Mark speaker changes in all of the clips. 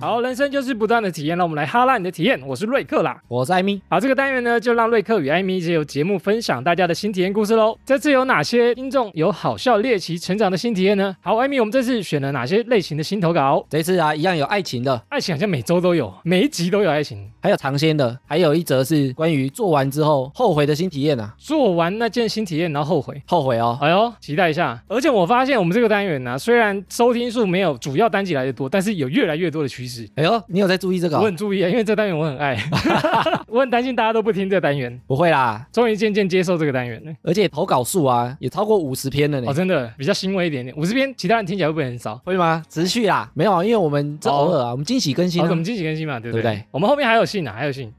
Speaker 1: 好，人生就是不断的体验，让我们来哈拉你的体验。我是瑞克啦。
Speaker 2: 我是艾米，
Speaker 1: 好，这个单元呢，就让瑞克与艾米借由节目分享大家的新体验故事喽。这次有哪些听众有好笑、猎奇、成长的新体验呢？好，艾米，我们这次选了哪些类型的新投稿？
Speaker 2: 这次啊一样有爱情的，
Speaker 1: 爱情好像每周都有，每一集都有爱情。
Speaker 2: 还有尝鲜的，还有一则是关于做完之后后悔的新体验啊，
Speaker 1: 做完那件新体验，然后后悔。
Speaker 2: 后悔哦，
Speaker 1: 哎呦，期待一下！而且我发现我们这个单元呢、虽然收听数没有主要单集来的多，但是有越来越多的趋势。
Speaker 2: 哎呦，你有在注意这个
Speaker 1: 我
Speaker 2: 哦、
Speaker 1: 很注意啊，因为这单元我很爱， 我很担心大家都不听这单元。
Speaker 2: 不会啦，
Speaker 1: 终于渐渐接受这个单元了。
Speaker 2: 而且投稿数啊也超过五十篇了呢。
Speaker 1: 哦，真的比较欣慰一点点。五十篇，其他人听起来会不会很哦少？
Speaker 2: 会吗？持续啦，没有啊，因为我们这偶尔啊，我们惊喜更新
Speaker 1: 好、
Speaker 2: 啊
Speaker 1: 我。们惊喜更新嘛，对不对？
Speaker 2: 对不对
Speaker 1: 我们后面还有信呢、啊还有信。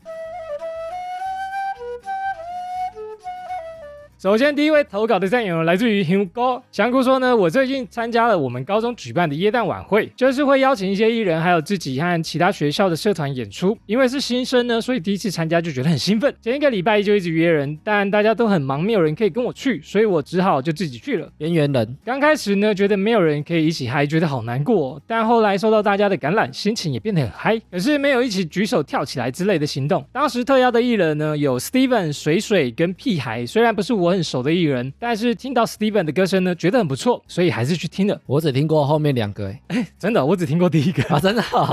Speaker 1: 首先，第一位投稿的战友来自于 Hugo，香菇说呢，我最近参加了我们高中举办的耶诞晚会，就是会邀请一些艺人，还有自己和其他学校的社团演出。因为是新生呢，所以第一次参加就觉得很兴奋。前一个礼拜一就一直约人，但大家都很忙，没有人可以跟我去，所以我只好就自己去了。
Speaker 2: 边缘人，
Speaker 1: 刚开始呢，觉得没有人可以一起嗨，觉得好难过哦、但后来受到大家的感染，心情也变得很嗨。可是没有一起举手跳起来之类的行动。当时特邀的艺人呢，有 Steven、水水跟屁孩。虽然不是我很熟的艺人，但是听到 Steven 的歌声呢，觉得很不错，所以还是去听了。
Speaker 2: 我只听过后面两个 哎、
Speaker 1: 真的，我只听过第一个。
Speaker 2: 啊，真的哦、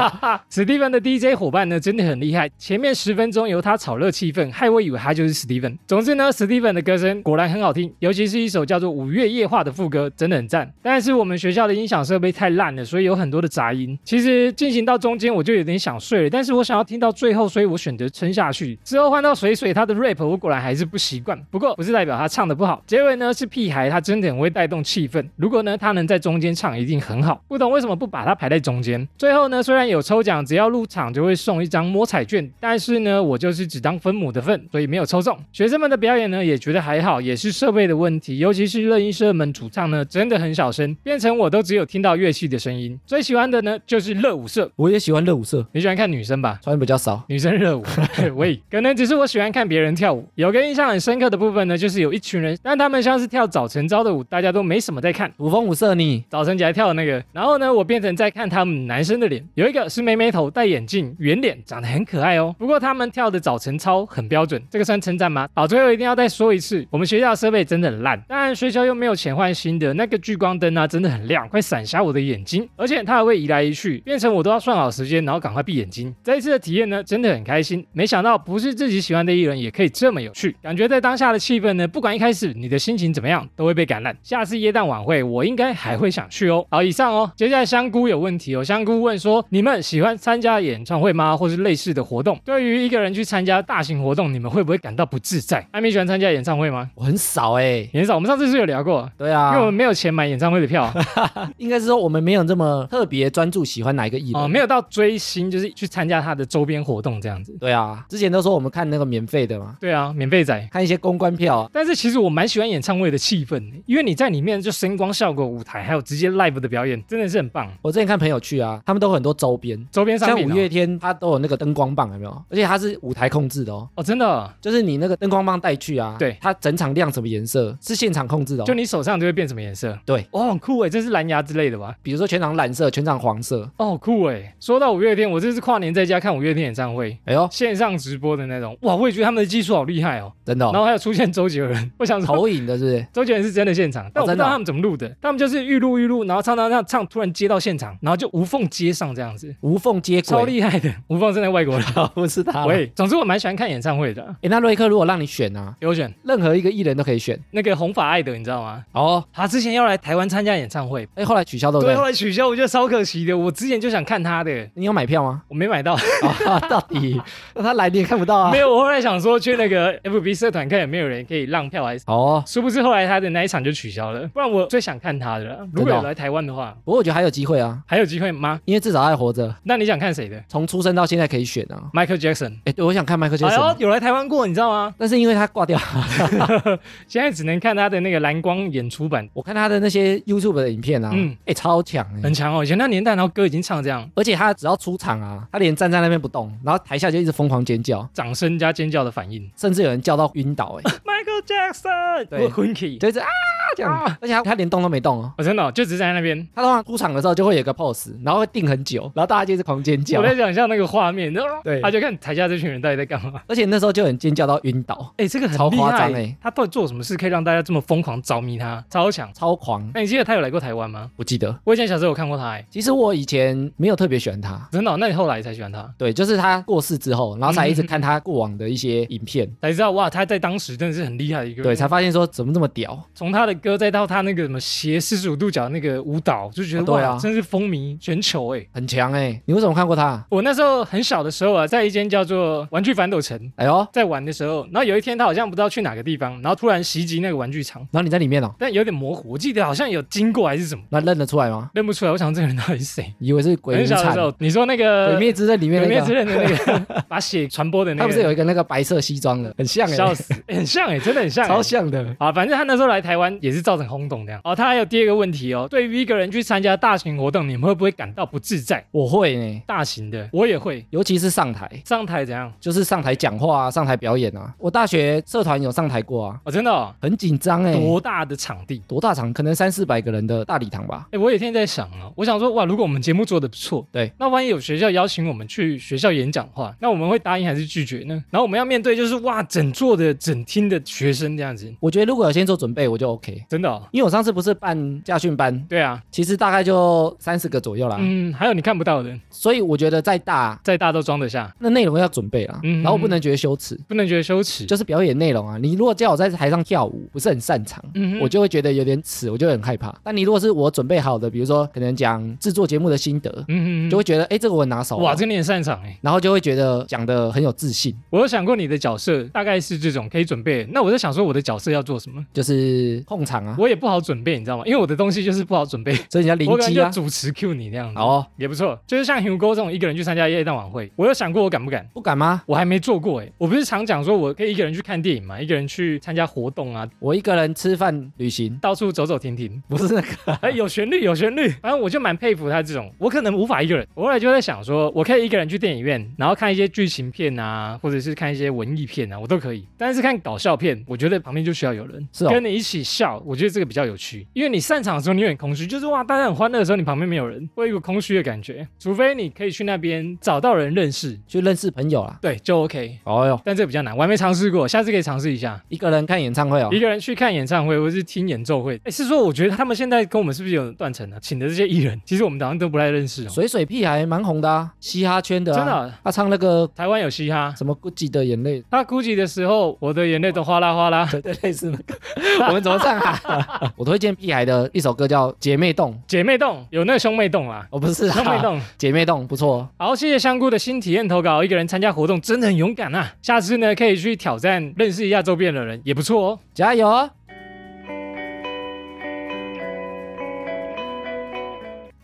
Speaker 1: Steven 的 DJ 伙伴呢，真的很厉害。前面十分钟由他炒热气氛，害我以为他就是 Steven。总之呢，Steven 的歌声果然很好听，尤其是一首叫做《五月夜话》的副歌，真的很赞。但是我们学校的音响设备太烂了，所以有很多的杂音。其实进行到中间我就有点想睡了，但是我想要听到最后，所以我选择撑下去。之后换到水水他的 rap，我果然还是不习惯。不过不是代表他唱的不好，结尾呢是屁孩，他真的很会带动气氛。如果呢他能在中间唱，一定很好。不懂为什么不把它排在中间。最后呢，虽然有抽奖，只要入场就会送一张摸彩券，但是呢，我就是只当分母的份，所以没有抽中。学生们的表演呢，也觉得还好，也是设备的问题，尤其是乐音社们主唱呢，真的很小声，变成我都只有听到乐器的声音。最喜欢的呢，就是热舞社。
Speaker 2: 我也喜欢热舞社，
Speaker 1: 你喜欢看女生吧？
Speaker 2: 穿比较少。
Speaker 1: 女生热舞，喂，可能只是我喜欢看别人跳舞。有个印象很深刻的部分呢，就是有一群人，但他们像是跳早晨操的舞，大家都没什么在看。
Speaker 2: 五风五色你，
Speaker 1: 早晨起来跳的那个，然后呢，我变成在看他们男生的脸，有一个是妹妹头，戴眼镜，圆脸，长得很可爱哦。不过他们跳的早晨操很标准，这个算称赞吗？好，最后一定要再说一次，我们学校的设备真的很烂，当然学校又没有钱换新的，那个聚光灯啊真的很亮，快闪瞎我的眼睛，而且它还会移来移去，变成我都要算好时间，然后赶快闭眼睛。这一次的体验呢，真的很开心，没想到不是自己喜欢的艺人也可以这么有趣，感觉在当下的气氛呢，不管一开始你的心情怎么样，都会被感染。下次耶诞晚会，我应该还会想去哦。好，以上哦。接下来香菇有问题哦，香菇问说，你们喜欢参加演唱会吗，或是类似的活动？对于一个人去参加大型活动，你们会不会感到不自在？艾米喜欢参加演唱会吗？
Speaker 2: 我很少哎、
Speaker 1: 很少，我们上次是有聊过。
Speaker 2: 对
Speaker 1: 因
Speaker 2: 啊
Speaker 1: 为，我们没有钱买演唱会的票
Speaker 2: 应该是说我们没有这么特别专注喜欢哪一个艺人。
Speaker 1: 哦，没有到追星，就是去参加他的周边活动这样子。
Speaker 2: 对啊，之前都说我们看那个免费的嘛，
Speaker 1: 对啊，免费仔，
Speaker 2: 看一些公关票啊。
Speaker 1: 但是其实我蛮喜欢演唱会的气氛的，因为你在里面就声光效果、舞台，还有直接 live 的表演，真的是很棒。
Speaker 2: 我之前看朋友去啊，他们都有很多周边，
Speaker 1: 周边商
Speaker 2: 像
Speaker 1: 品
Speaker 2: 五
Speaker 1: 哦、
Speaker 2: 月天他都有那个灯光棒，有没有？而且它是舞台控制的哦，
Speaker 1: 哦，真的哦、
Speaker 2: 就是你那个灯光棒带去啊，
Speaker 1: 对
Speaker 2: 它整场亮什么颜色是现场控制的、哦，
Speaker 1: 就
Speaker 2: 就
Speaker 1: 你手上就会变什么颜色？
Speaker 2: 对，
Speaker 1: 哦，很酷哎，这是蓝牙之类的吧？
Speaker 2: 比如说全场蓝色，全场黄色，
Speaker 1: 哦，很酷哎。说到五月天，我这次跨年在家看五月天演唱会。
Speaker 2: 哎呦，
Speaker 1: 线上直播的那种，哇，我也觉得他们的技术好厉害哦。
Speaker 2: 真的、
Speaker 1: 然
Speaker 2: 哦，
Speaker 1: 后还有出现周杰伦，我想说
Speaker 2: 投影的是不是？
Speaker 1: 周杰伦是真的现场，但我不知
Speaker 2: 真的
Speaker 1: 道
Speaker 2: 哦
Speaker 1: 他们怎么录的。他们就是预录预录，然后唱唱唱唱，突然接到现场，然后就无缝接上这样子，
Speaker 2: 无缝接
Speaker 1: 超
Speaker 2: 轨，
Speaker 1: 厉害的。无缝是在外国人。
Speaker 2: 不是他。
Speaker 1: 喂
Speaker 2: 喂，，
Speaker 1: 总之我蛮喜欢看演唱会的。
Speaker 2: 哎，那瑞克如果让你选啊，
Speaker 1: 有选
Speaker 2: 任何一个艺人都可以选
Speaker 1: 那个红发爱德，你知道吗？
Speaker 2: 哦。
Speaker 1: 他之前要来台湾参加演唱会，
Speaker 2: 哎，后来取消对不
Speaker 1: 对，
Speaker 2: 对
Speaker 1: 后？来取消，我觉得超可惜的。我之前就想看他的，
Speaker 2: 你有买票吗？
Speaker 1: 我没买到，
Speaker 2: 啊，到 底那他来你也看不到啊
Speaker 1: 没。有。我后来想说去那个 FB 社团看有没有人可以让票，还是
Speaker 2: 好哦，
Speaker 1: 殊不知后来他的那一场就取消了。不然我最想看他的哦了。如果有来台湾的话，
Speaker 2: 不过我觉得还有机会啊，
Speaker 1: 还有机会吗？
Speaker 2: 因为至少他还活着，
Speaker 1: 那你想看谁的
Speaker 2: 从出生到现在可以选啊。
Speaker 1: ？Michael Jackson。
Speaker 2: 哎，对，我想看迈克杰
Speaker 1: 哎呦
Speaker 2: 森，，
Speaker 1: 有来台湾过，你知道吗？
Speaker 2: 但是因为他挂掉，
Speaker 1: 现在只能看他的那个蓝光演出版，
Speaker 2: 我看他的那些 YouTube 的影片啊，
Speaker 1: 嗯
Speaker 2: 嗯，哎，超强哎
Speaker 1: 很。强哦。以前那年代，然后歌已经唱这样，
Speaker 2: 而且他只要出场啊，他连站在那边不动，然后台下就一直疯狂尖叫，
Speaker 1: 掌声加尖叫的反应。
Speaker 2: 甚至有人叫到晕倒、欸，哎，
Speaker 1: Michael Jackson，
Speaker 2: 对
Speaker 1: 我 Hunky，
Speaker 2: 就是啊这样，
Speaker 1: 啊
Speaker 2: 而且他他连动都没动哦。
Speaker 1: 我真的哦就只是站在那 边。
Speaker 2: 他通常出场的时候就会有个 pose，然后会定很久，然后大家就一直狂尖叫
Speaker 1: 我，在想象那个画面，
Speaker 2: 对
Speaker 1: 他就看台下这群人到底在干嘛。
Speaker 2: 而且那时候就很尖叫到晕倒，
Speaker 1: 哎、这个很
Speaker 2: 超
Speaker 1: 厉
Speaker 2: 夸
Speaker 1: 害、
Speaker 2: 张欸
Speaker 1: 他到底做了什么事可以让大家这么疯狂着迷他？超强！
Speaker 2: 超狂。
Speaker 1: 那你记得他有来过台湾吗？
Speaker 2: 我记得，
Speaker 1: 我以前小时候有看过他、欸，
Speaker 2: 其实我以前没有特别喜欢他，
Speaker 1: 真的哦、那你后来才喜欢他，
Speaker 2: 对，就是他过世之后，然后才
Speaker 1: 嗯
Speaker 2: 一直看他过往的一些影片，
Speaker 1: 才知道哇，他在当时真的是很厉害的一个人。
Speaker 2: 对，才发现说怎么这么屌，
Speaker 1: 从他的歌再到他那个什么斜四十五度角那个舞蹈，就觉得、
Speaker 2: 哦对啊
Speaker 1: 哇，真是风靡全球哎、
Speaker 2: 很强哎、你为什么看过他？
Speaker 1: 我那时候很小的时候啊，在一间叫做玩具反斗城
Speaker 2: 哎呦，
Speaker 1: 在玩的时候，然后有一天他好像不知道去哪个地方，然后突然袭击那个玩具厂，
Speaker 2: 然后你在里面哦，
Speaker 1: 但有点模糊，我记得好像有经过还是什么，
Speaker 2: 那认得出来吗？
Speaker 1: 认不出来。我想这个人到底是谁？
Speaker 2: 以为是鬼
Speaker 1: 很
Speaker 2: 无
Speaker 1: 小的
Speaker 2: 惨
Speaker 1: 时，候，你说那个
Speaker 2: 鬼灭之刃里面
Speaker 1: 鬼灭
Speaker 2: 那
Speaker 1: 之
Speaker 2: 个，
Speaker 1: 刃的那个把血传播的那
Speaker 2: 他
Speaker 1: 个
Speaker 2: 不
Speaker 1: 人，
Speaker 2: 是有一个那个白色西装的，很像哎、
Speaker 1: 笑死，欸很像哎、真的很像、欸，
Speaker 2: 超像的。
Speaker 1: 啊，反正他那时候来台湾也是造成轰动这样。哦，他还有第二个问题哦，对于一个人去参加大型活动，你们会不会感到不自在？
Speaker 2: 我会呢、
Speaker 1: 大型的我也会，
Speaker 2: 尤其是上台，
Speaker 1: 上台怎样？
Speaker 2: 就是上台讲话啊，上台表演啊。我大学社团有上台过啊，
Speaker 1: 哦，真的哦，
Speaker 2: 很紧张哎，
Speaker 1: 多大的场地？
Speaker 2: 多大场？可能三四百个人的大礼堂吧。
Speaker 1: 哎，我有一天在想啊，我想说，哇，如果我们节目做的不错，
Speaker 2: 对，
Speaker 1: 那万一有学校邀请我们去学校演讲的话，那我们会答应还是拒绝呢？然后我们要面对就是哇，整座的整厅的学生这样子，
Speaker 2: 我觉得如果有先做准备，我就 OK。
Speaker 1: 真的、哦。
Speaker 2: 因为我上次不是办驾训班，
Speaker 1: 对啊，
Speaker 2: 其实大概就三十个左右啦，
Speaker 1: 嗯，还有你看不到的，
Speaker 2: 所以我觉得再大，
Speaker 1: 再大都装得下，
Speaker 2: 那内容要准备啦，
Speaker 1: 嗯
Speaker 2: 然后不能觉得羞耻，
Speaker 1: 不能觉得羞耻。
Speaker 2: 就是表演内容啊。你如果叫我在台上跳舞，不是很擅长，
Speaker 1: 嗯哼
Speaker 2: 我就会觉得有点耻，我就会很害怕。但你如果是我准备好的，比如说可能讲制作节目的心得，
Speaker 1: 嗯嗯，
Speaker 2: 就会觉得哎、诶这个我拿手啊，
Speaker 1: 哇，这个你很擅长哎、
Speaker 2: 然后就会觉得讲的很有自信，
Speaker 1: 我有想过你的角色大概是这种可以准备，那我在想说我的角色要做什么，
Speaker 2: 就是控场啊，
Speaker 1: 我也不好准备，你知道吗？因为我的东西就是不好准备，
Speaker 2: 所以你要灵
Speaker 1: 我可能
Speaker 2: 机
Speaker 1: 就
Speaker 2: 啊。
Speaker 1: 主持 Q 你那样子，
Speaker 2: 好、哦，
Speaker 1: 也不错。就是像 Hugo 这种一个人去参加夜店晚会，我有想过我敢不敢。
Speaker 2: 不敢吗？
Speaker 1: 我还没做过哎、我不是常讲说我可以一个人去看电影嘛，一个人去参加活动啊，
Speaker 2: 我一个人吃饭旅行，
Speaker 1: 到处走走停
Speaker 2: ，
Speaker 1: 停
Speaker 2: 不是那个，
Speaker 1: 哎、有旋律有旋律，反正我就蛮佩服他这种，我可能无法一个人。我后来就在想说，我可以一个人去电影院，然后看一些剧情片啊，或者是看一些文艺片啊，我都可以。但是看搞笑片，我觉得旁边就需要有人，
Speaker 2: 是哦
Speaker 1: 跟你一起笑，我觉得这个比较有趣。因为你散场的时候，你有点空虚，就是哇，大家很欢乐的时候，你旁边没有人，会有一个空虚的感觉。除非你可以去那边找到人认识，
Speaker 2: 去认识朋友啦。
Speaker 1: 对，就 OK。
Speaker 2: 哦哟，
Speaker 1: 但这比较难，我还没尝试过，下次可以尝试一下。
Speaker 2: 一个人看演唱会哦
Speaker 1: 一，个人去看演唱会或是听演奏会，哎，是说我觉得他们现在跟我们是不是有断层啊？请的这些艺人，其实我们好像都不太认识哦。
Speaker 2: 水水屁还蛮红的啊，嘻哈圈的、啊，
Speaker 1: 真的啊
Speaker 2: 他唱那个
Speaker 1: 台湾有嘻哈，
Speaker 2: 什么 Gucci 的眼泪，
Speaker 1: 他 Gucci 的时候，我的眼泪都哗啦哗啦。
Speaker 2: 对对，类似那个，我们怎么唱啊？ 我推荐屁孩的一首歌叫《姐妹洞》，
Speaker 1: 姐妹洞有那个兄妹洞啦，
Speaker 2: 哦，不是
Speaker 1: 兄妹
Speaker 2: 啊，
Speaker 1: 洞。
Speaker 2: 姐妹洞不错，
Speaker 1: 好，谢谢香菇的新体验投稿，一个人参加活动真的很勇敢啊！下次呢可以去挑战，认识一下周边的人也不错哦。
Speaker 2: 加油哦！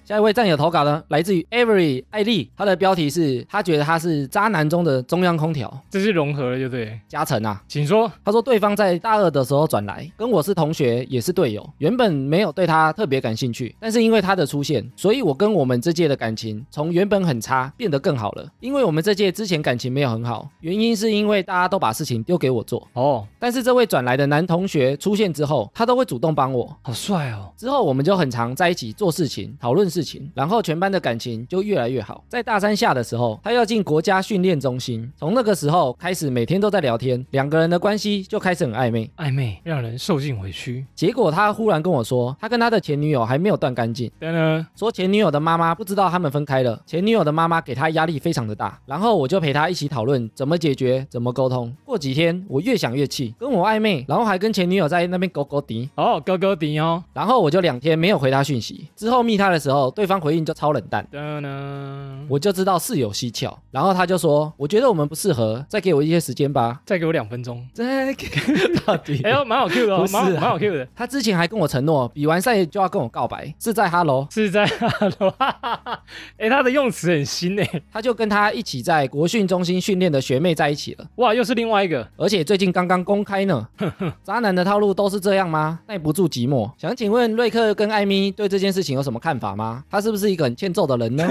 Speaker 2: 下一位战友投稿呢，来自于 Avery 艾丽，她的标题是她觉得他是渣男中的中央空调
Speaker 1: 这是融合了，对不对？
Speaker 2: 加成啊。
Speaker 1: 请说。
Speaker 2: 她说对方在大二的时候转来，跟我是同学，也是队友，原本没有对他特别感兴趣，但是因为他的出现，所以我跟我们这届的感情从原本很差变得更好了。因为我们这届之前感情没有很好，原因是因为大家都把事情丢给我做，
Speaker 1: 哦，
Speaker 2: 但是这位转来的男同学出现之后，他都会主动帮我。
Speaker 1: 好帅哦。
Speaker 2: 之后我们就很常在一起做事情、讨论事情，然后全班的感情就越来越好。在大三下的时候，他要进国家训练中心，从那个时候开始，每天都在聊天，两个人的关系就开始很暧昧。
Speaker 1: 暧昧让人受尽委屈。
Speaker 2: 结果他忽然跟我说，他跟他的前女友还没有断干净，
Speaker 1: 但呢，
Speaker 2: 说前女友的妈妈不知道他们分开了，前女友的妈妈给他压力非常的大，然后我就陪他一起讨论怎么解决，怎么沟通。过几天我越想越气，跟我暧昧，然后还跟前女友在那边勾勾敌，
Speaker 1: 哦，哥哥迪哦，
Speaker 2: 然后我就两天没有回他讯息，之后密他的时候，对方回应就超冷 淡。
Speaker 1: 但呢，
Speaker 2: 我就知道事有蹊跷，然后他就说：“我觉得我们不适合，再给我一些时间吧。
Speaker 1: 再给我两分 钟”。
Speaker 2: 再 给到底
Speaker 1: 哎呦，蛮好 Q 的哦
Speaker 2: 不，是啊
Speaker 1: 蛮好蛮好 Q 的，
Speaker 2: 他之前还跟我承诺，比完赛就要跟我告白，是在哈喽。
Speaker 1: 是在 Hello，哈哈哈哎，他的用词很新哎，
Speaker 2: 他就跟他一起在国训中心训练的学妹在一起了，
Speaker 1: 哇，又是另外一个，
Speaker 2: 而且最近刚刚公 开呢。渣男的套路都是这样吗？耐不住寂寞。 想请问瑞克跟艾米对这件事情有什么看法吗？他是不是一个很欠揍的人呢？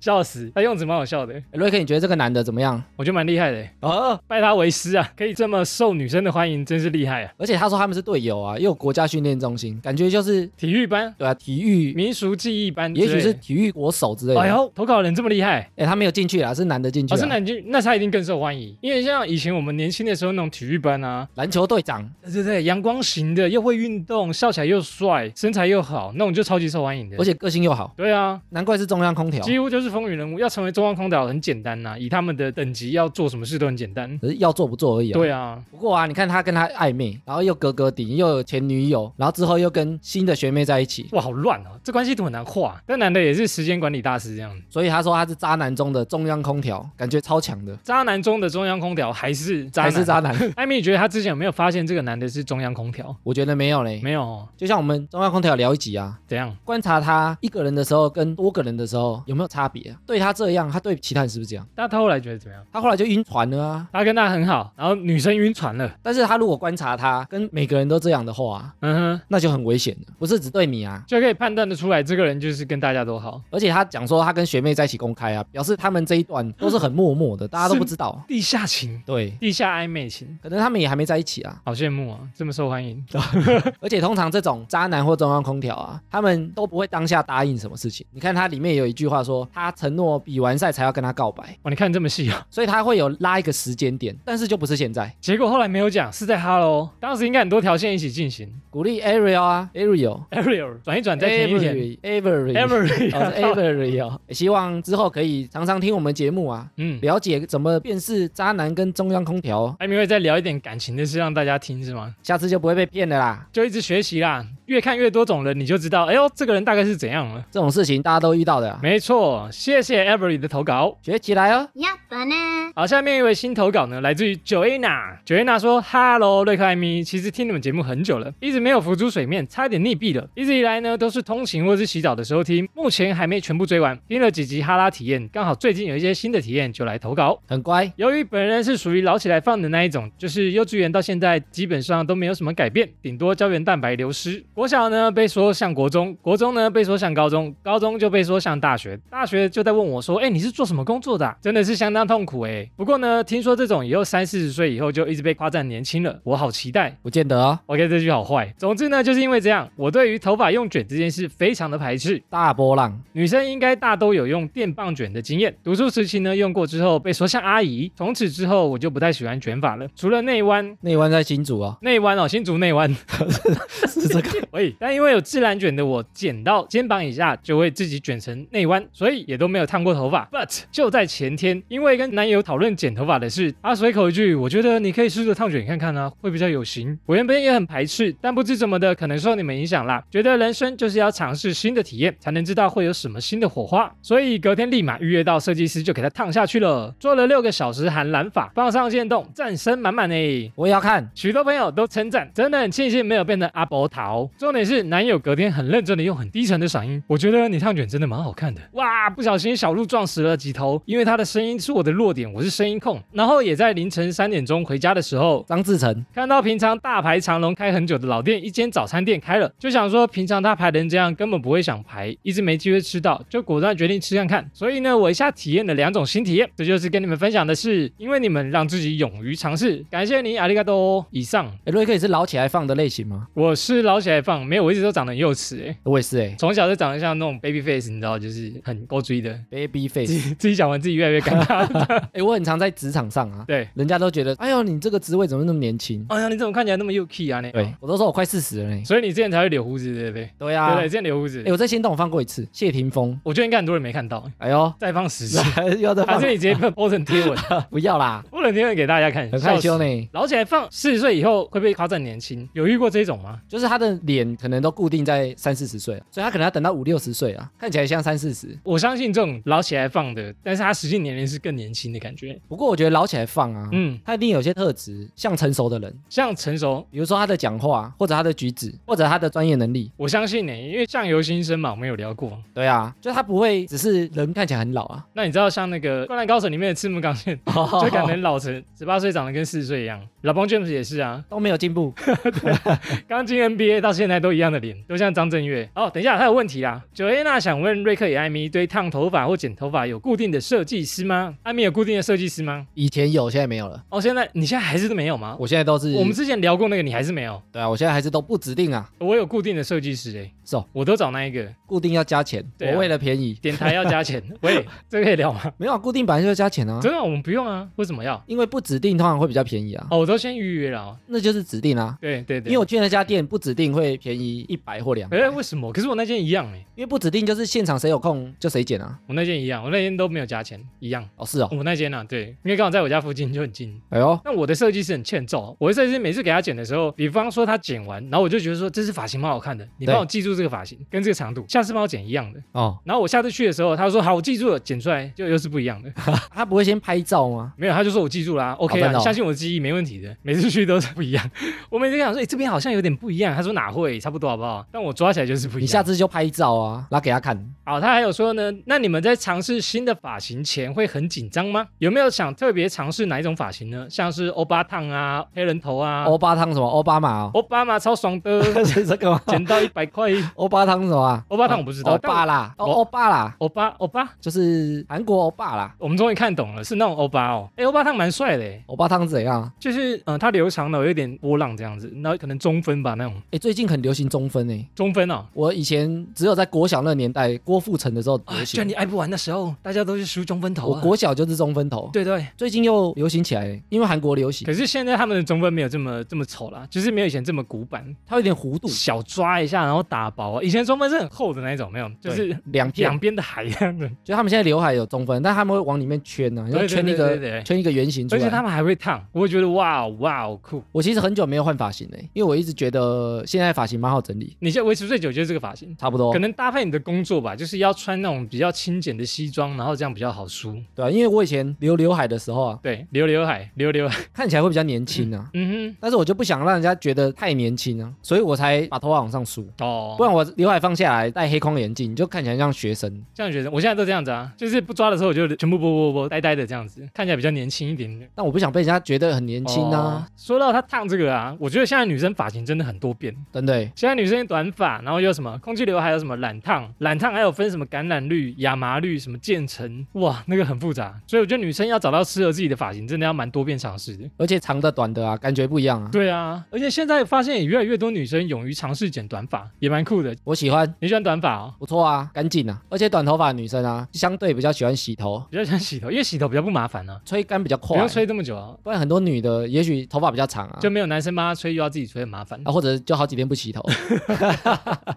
Speaker 1: 笑死，他用词蛮好笑的，
Speaker 2: 瑞克，你觉得这个男的怎么样？
Speaker 1: 我觉得蛮厉害的，欸
Speaker 2: 哦，
Speaker 1: 拜他为师啊，可以这么受女生的欢迎，真是厉害啊！
Speaker 2: 而且他说他们是队友啊，又有国家训练中心，感觉就是
Speaker 1: 体育班、
Speaker 2: 对啊，体育，
Speaker 1: 民俗技艺班之类
Speaker 2: 也
Speaker 1: 的，
Speaker 2: 许是啊体育国手之类的。
Speaker 1: 哎呦，投稿人这么厉害，
Speaker 2: 哎、他没有进去啦，是男的进去
Speaker 1: 哦，
Speaker 2: 啦。
Speaker 1: 是南京，那他一定更受欢迎，因为像以前我们年轻的时候那种体育班啊，
Speaker 2: 篮球队长，
Speaker 1: 对对对，阳光型的，又会运动，笑起来又帅，身材又好，那种就超级受欢迎的。
Speaker 2: 而且个性又好，
Speaker 1: 对啊，
Speaker 2: 难怪是中央空调。
Speaker 1: 几乎就是风云人物。要成为中央空调很简单呐、以他们的等级，要做什么事都很简单。
Speaker 2: 可是要做不做而已、啊。。
Speaker 1: 对啊，
Speaker 2: 不过啊，你看他跟他暧昧，然后又格格顶，又有前女友，然后之后又跟新的学妹在一起，
Speaker 1: 哇，好乱哦，这关系图很难画。但男的也是时间管理大师这样，
Speaker 2: 所以他说他是渣男中的中央空调，感觉超强的，
Speaker 1: 渣男中的中央空调还是渣
Speaker 2: 还
Speaker 1: 男。
Speaker 2: 是渣男？
Speaker 1: 艾米，你觉得他之前有没有发现这个男的是中央空调？
Speaker 2: 我觉得没有嘞，
Speaker 1: 没有、哦，
Speaker 2: 就像我们中央空调聊一集啊，
Speaker 1: 怎样？
Speaker 2: 观察他一个人的时候跟多个人的时候有没有差别、啊，对他这样，他对其他人是不是这样？
Speaker 1: 那他后来觉得怎么样？
Speaker 2: 他后来就晕船了啊。
Speaker 1: 他跟他很好，然后女生晕船了。
Speaker 2: 但是他如果观察他跟每个人都这样的话啊，
Speaker 1: 嗯哼，
Speaker 2: 那就很危险了，不是只对你啊。
Speaker 1: 就可以判断的出来，这个人就是跟大家都好。
Speaker 2: 而且他讲说他跟学妹在一起公开啊，表示他们这一段都是很默默的，大家都不知道。
Speaker 1: 地下情，
Speaker 2: 对，
Speaker 1: 地下暧昧情，
Speaker 2: 可能他们也还没在一起啊。
Speaker 1: 好羡慕啊，这么受欢迎。
Speaker 2: 而且通常这种渣男或中央空调啊，他们都不会当下答应什么事情。你看他里面有一句话说，他承诺比完赛才要跟他告白，
Speaker 1: 哇，你看这么细啊！
Speaker 2: 所以他会有拉一个时间点，但是就不是现在。
Speaker 1: 结果后来没有讲，是在 Hello，当时应该很多条线一起进行。
Speaker 2: 鼓励 Ariel 啊，Ariel。
Speaker 1: Ariel 转一转，再填一填。
Speaker 2: Avery，Avery，Avery，
Speaker 1: Avery，
Speaker 2: 哦 是 Avery 哦，希望之后可以常常听我们节目啊，
Speaker 1: 嗯，
Speaker 2: 了解怎么辨识渣男跟中央空调，
Speaker 1: 艾米会再聊一点感情的事让大家听是吗？
Speaker 2: 下次就不会被骗了啦。
Speaker 1: 就一直学习啦，越看越多种人，你就知道，哎呦，这个人大概是怎样了。
Speaker 2: 这种事情大家都遇到的、啊，
Speaker 1: 没错，谢谢 Avery 的投稿。
Speaker 2: 学起来哦。
Speaker 3: やったね
Speaker 1: 好，下面一位新投稿呢，来自于 Joanna。Joanna 说：“Hello，瑞克艾米，其实听你们节目很久了，一直没有浮出水面，差一点溺毙了。一直以来呢，都是通勤或是洗澡的时候听，目前还没全部追完。听了几集哈拉体验，刚好最近有一些新的体验，就来投稿。
Speaker 2: 很乖，
Speaker 1: 由于本人是属于老起来放的那一种，就是幼稚园到现在基本上都没有什么改变，顶多胶原蛋白流失。国小呢被说像国中，国中呢被说像高中，高中就被说像大学，大学就在问我说：“哎、你是做什么工作的啊、真的是相当痛苦哎、不过呢，听说这种以后三四十岁以后就一直被夸赞年轻了，我好期待。
Speaker 2: 不见得哦，
Speaker 1: OK，这句好坏。总之呢，就是因为这样，我对于头发用卷这件事非常的排斥。
Speaker 2: 大波浪，
Speaker 1: 女生应该大都有用电棒卷的经验。读书时期呢，用过之后被说像阿姨。从此之后，我就不太喜欢卷发了。除了内弯，
Speaker 2: 内湾在新竹哦，
Speaker 1: 内弯哦，新竹内弯，
Speaker 2: 是这个，
Speaker 1: 喂，但因为有自然卷的我，剪到肩膀以下就会自己卷成内弯，所以也都没有烫过头发。But 就在前天，因为跟男友讨论剪头发的事，他随口一句：“我觉得你可以试着烫卷看看啊，会比较有型。”我原本也很排斥，但不知怎么的，可能受你们影响啦，觉得人生就是要尝试新的体验，才能知道会有什么新的火花。所以隔天立马预约到设计师，就给他烫下去了。做了六个小时含染发，放上线动，赞声满满诶。
Speaker 2: 我也要看，
Speaker 1: 许多朋友都称赞，真的很庆幸没有变成阿伯桃。重点是男友隔天很认真的用很低沉的嗓音，我觉得你烫卷真的蛮好看的。哇，不小心小鹿撞死了几头，因为他的声音是我的弱点，我是声音控。然后也在凌晨三点钟回家的时候，
Speaker 2: 张志成，
Speaker 1: 看到平常大排长龙开很久的老店，一间早餐店开了，就想说平常他排成这样根本不会想排，一直没机会吃到，就果断决定吃看看。所以呢，我一下体验了两种新体验，这就是跟你们分享的是，因为你们让自己勇于尝试，感谢你，阿里嘎多。以上，
Speaker 2: 哎，瑞克也是老起来放的类型吗？
Speaker 1: 我是老起来放，没有，我一直都长得很幼齿诶、欸
Speaker 2: 我也是哎
Speaker 1: 从小就长得像那种 baby face，你知道，就是很勾追的。
Speaker 2: ，baby
Speaker 1: 自
Speaker 2: face，
Speaker 1: 己自己讲完自己越来越尴尬。
Speaker 2: 哎，我很常在职场上啊，
Speaker 1: 对，
Speaker 2: 人家都觉得，哎呦，你这个职位怎么那么年轻？
Speaker 1: 哎呀，你怎么看起来那么幼 key 啊？你
Speaker 2: 对，我都说我快四十了呢。
Speaker 1: 所以你之前才会留胡子，对不对？
Speaker 2: 对
Speaker 1: 对
Speaker 2: 啊，
Speaker 1: 对，之前留胡子
Speaker 2: 哎，，我在新动放过一次，谢霆锋，
Speaker 1: 我觉得应该很多人没看到。
Speaker 2: 哎呦，
Speaker 1: 再放十次，
Speaker 2: 要再
Speaker 1: 还
Speaker 2: 放
Speaker 1: 是，你 直接 po 成贴文，
Speaker 2: 不要啦，
Speaker 1: po 成贴文给大家看，
Speaker 2: 很害羞
Speaker 1: 笑死。
Speaker 2: 呢。
Speaker 1: 老起来放四十岁以后会被夸赞年轻，有遇过这种吗？
Speaker 2: 就是他的脸可能都固定在三四十岁了，所以他可能要等到五六十岁啊，看起来像三四十。
Speaker 1: 我相信这种老起来放的，但是他实际年龄是更年轻的感觉。
Speaker 2: 不过我觉得老起来放啊，
Speaker 1: 嗯，
Speaker 2: 他一定有些特质，像成熟的人，
Speaker 1: 像成熟，
Speaker 2: 比如说他的讲话，或者他的举止，或者他的专业能力。
Speaker 1: 我相信呢、因为相由心生嘛，我们有聊过。
Speaker 2: 对啊，就他不会只是人看起来很老 啊，
Speaker 1: 那你知道像那个《灌篮高手》里面的赤木刚 宪，
Speaker 2: 哦
Speaker 1: 就感觉老成十八岁长得跟四十岁一样。老帮 James 也是啊，
Speaker 2: 都没有进步。
Speaker 1: 刚进 NBA 到现在都一样的脸，都像张震岳。哦，等一下，他有问题啦。九 A 娜想问瑞克与艾米对烫烫头发或剪头发有固定的设计师吗？安眠有固定的设计师吗？
Speaker 2: 以前有，现在没有了。
Speaker 1: 哦，现在你现在还是没有吗？
Speaker 2: 我现在都是
Speaker 1: 我们之前聊过那个，你还是没有。
Speaker 2: 对啊，我现在还是都不指定啊，
Speaker 1: 我有固定的设计师哎、
Speaker 2: 是哦，
Speaker 1: 我都找那一个。
Speaker 2: 固定要加钱。
Speaker 1: 对啊
Speaker 2: 我为了便宜，
Speaker 1: 点台要加 钱，喂，这可以聊吗？
Speaker 2: 没有啊固定本来就要加钱啊，
Speaker 1: 真的，我们不用啊，为什么要？
Speaker 2: 因为不指定通常会比较便宜啊，
Speaker 1: 哦，我都先预约了哦。
Speaker 2: 那就是指定啊。
Speaker 1: 对对对，
Speaker 2: 因为我去那家店不指定会便宜一百或两百，
Speaker 1: 哎、为什么？可是我那件一样哎、
Speaker 2: 因为不指定就是现场谁有空就谁剪啊。
Speaker 1: 我那件一样，我那件都没有加钱，一样。
Speaker 2: 哦，是哦，
Speaker 1: 我那间啊，对，因为刚好在我家附近就很近。
Speaker 2: 哎呦，
Speaker 1: 那我的设计师很欠揍，啊我的设计师每次给他剪的时候，比方说他剪完，然后我就觉得说这是发型蛮好看的，你
Speaker 2: 对
Speaker 1: 帮我记住这个发型跟这个长度，下次帮我剪一样的。
Speaker 2: 哦，
Speaker 1: 然后我下次去的时候，他说好，我记住了，剪出来就又是不一样的。
Speaker 2: 他不会先拍照吗？
Speaker 1: 没有，他就说我记住啦、o k
Speaker 2: 好
Speaker 1: 啊，
Speaker 2: 笨哦
Speaker 1: 你相信我的记忆没问题的。每次去都是不一样， 我每次跟他说，哎、这边好像有点不一样，他说哪会，差不多好不好？但我抓起来就是不一样。
Speaker 2: 你下次就拍照啊，拿给他看。
Speaker 1: 好，他还有说呢，那你们在尝试新的发型前会很紧张吗？有没有想特别尝试哪一种发型呢？像是欧巴烫啊、黑人头啊、
Speaker 2: 欧巴汤什么？欧巴马哦，，
Speaker 1: 欧巴嘛超爽的
Speaker 2: 是 这个吗？
Speaker 1: 捡到一百块。
Speaker 2: 欧巴汤什么啊？
Speaker 1: 欧巴汤我不知道
Speaker 2: 欧巴啦，
Speaker 1: 但
Speaker 2: 哦
Speaker 1: 我
Speaker 2: 欧巴啦，
Speaker 1: 欧巴，欧巴，
Speaker 2: 就是韩国欧巴啦。
Speaker 1: 我们终于看懂了，是那种欧巴哦。哎，欧巴烫蛮帅的耶，
Speaker 2: 欧巴汤是怎样啊？
Speaker 1: 就是嗯、呃，它留长的有点波浪这样子，然后可能中分吧那种，
Speaker 2: 哎，最近很流行中分诶。
Speaker 1: 中分哦。
Speaker 2: 我以前只有在国小那个年代，郭富城的时候流
Speaker 1: 啊
Speaker 2: 行。
Speaker 1: 爱不完的时候，大家都是梳中分头啊
Speaker 2: 我国小就是中分头，
Speaker 1: 对对，
Speaker 2: 最近又流行起来欸，因为韩国流行，
Speaker 1: 可是现在他们的中分没有这么这么丑啦，就是没有以前这么古板，
Speaker 2: 它有点弧度，
Speaker 1: 小抓一下，然后打薄啊。以前中分是很厚的那一种，没有，就是
Speaker 2: 两片
Speaker 1: 两，边的海一样的，
Speaker 2: 就他们现在刘海有中分，但他们会往里面圈呢，
Speaker 1: 对
Speaker 2: 要
Speaker 1: 对
Speaker 2: 圈一
Speaker 1: 对对
Speaker 2: 个
Speaker 1: 对
Speaker 2: 圈一个圆形出
Speaker 1: 而且他
Speaker 2: 来。
Speaker 1: 们还会烫，我会觉得哇哦哇哦酷。
Speaker 2: 我其实很久没有换发型嘞，因为我一直觉得现在发型蛮好整理，
Speaker 1: 你现在维持最久就是这个发型。
Speaker 2: 差不多
Speaker 1: 可，能搭配你的工作吧，就是要穿那种比较轻简的西装，然后这样比较好梳。
Speaker 2: 对啊，因为我以前留刘海的时候啊，
Speaker 1: 对，留刘海，留刘海，
Speaker 2: 看起来会比较年轻啊，
Speaker 1: 嗯
Speaker 2: 但是我就不想让人家觉得太年轻啊，所以我才把头发往上梳。
Speaker 1: 哼，哦，
Speaker 2: 不然我刘海放下来，戴黑框眼镜，你就看起来像学生。
Speaker 1: 这样觉得，我现在都这样子啊，就是不抓的时候我就全部拨拨拨，呆呆的这样子，看起来比较年轻一点点。
Speaker 2: 但我不想被人家觉得很年轻啊，
Speaker 1: 哦说到她烫这个啊，我觉得现在女生发型真的很多变，
Speaker 2: 真的欸。
Speaker 1: 现在女生短发，然后又什么空气刘海，有什么染烫，染烫还有分什么橄榄绿、亚麻绿、什么渐层，哇，那个很复杂。所以我觉得女生要找到适合自己的发型，真的要蛮多变尝试的。
Speaker 2: 而且长的短的啊，感觉不一样啊。
Speaker 1: 对啊，而且现在发现也越来越多女生勇于尝试剪短发，也蛮酷的。
Speaker 2: 我喜欢，
Speaker 1: 你喜欢短发哦？
Speaker 2: 不错啊，干净啊。而且短头发的女生啊，相对比较喜欢洗头，
Speaker 1: 比较想洗头，因为洗头比较不麻烦啊，
Speaker 2: 吹干比较快
Speaker 1: 不。用吹这么久啊，
Speaker 2: 不然很多女的也许头发比较长啊，
Speaker 1: 就没有男生帮她吹，又要自己吹，很麻烦。
Speaker 2: 啊或者就好几天 不洗头。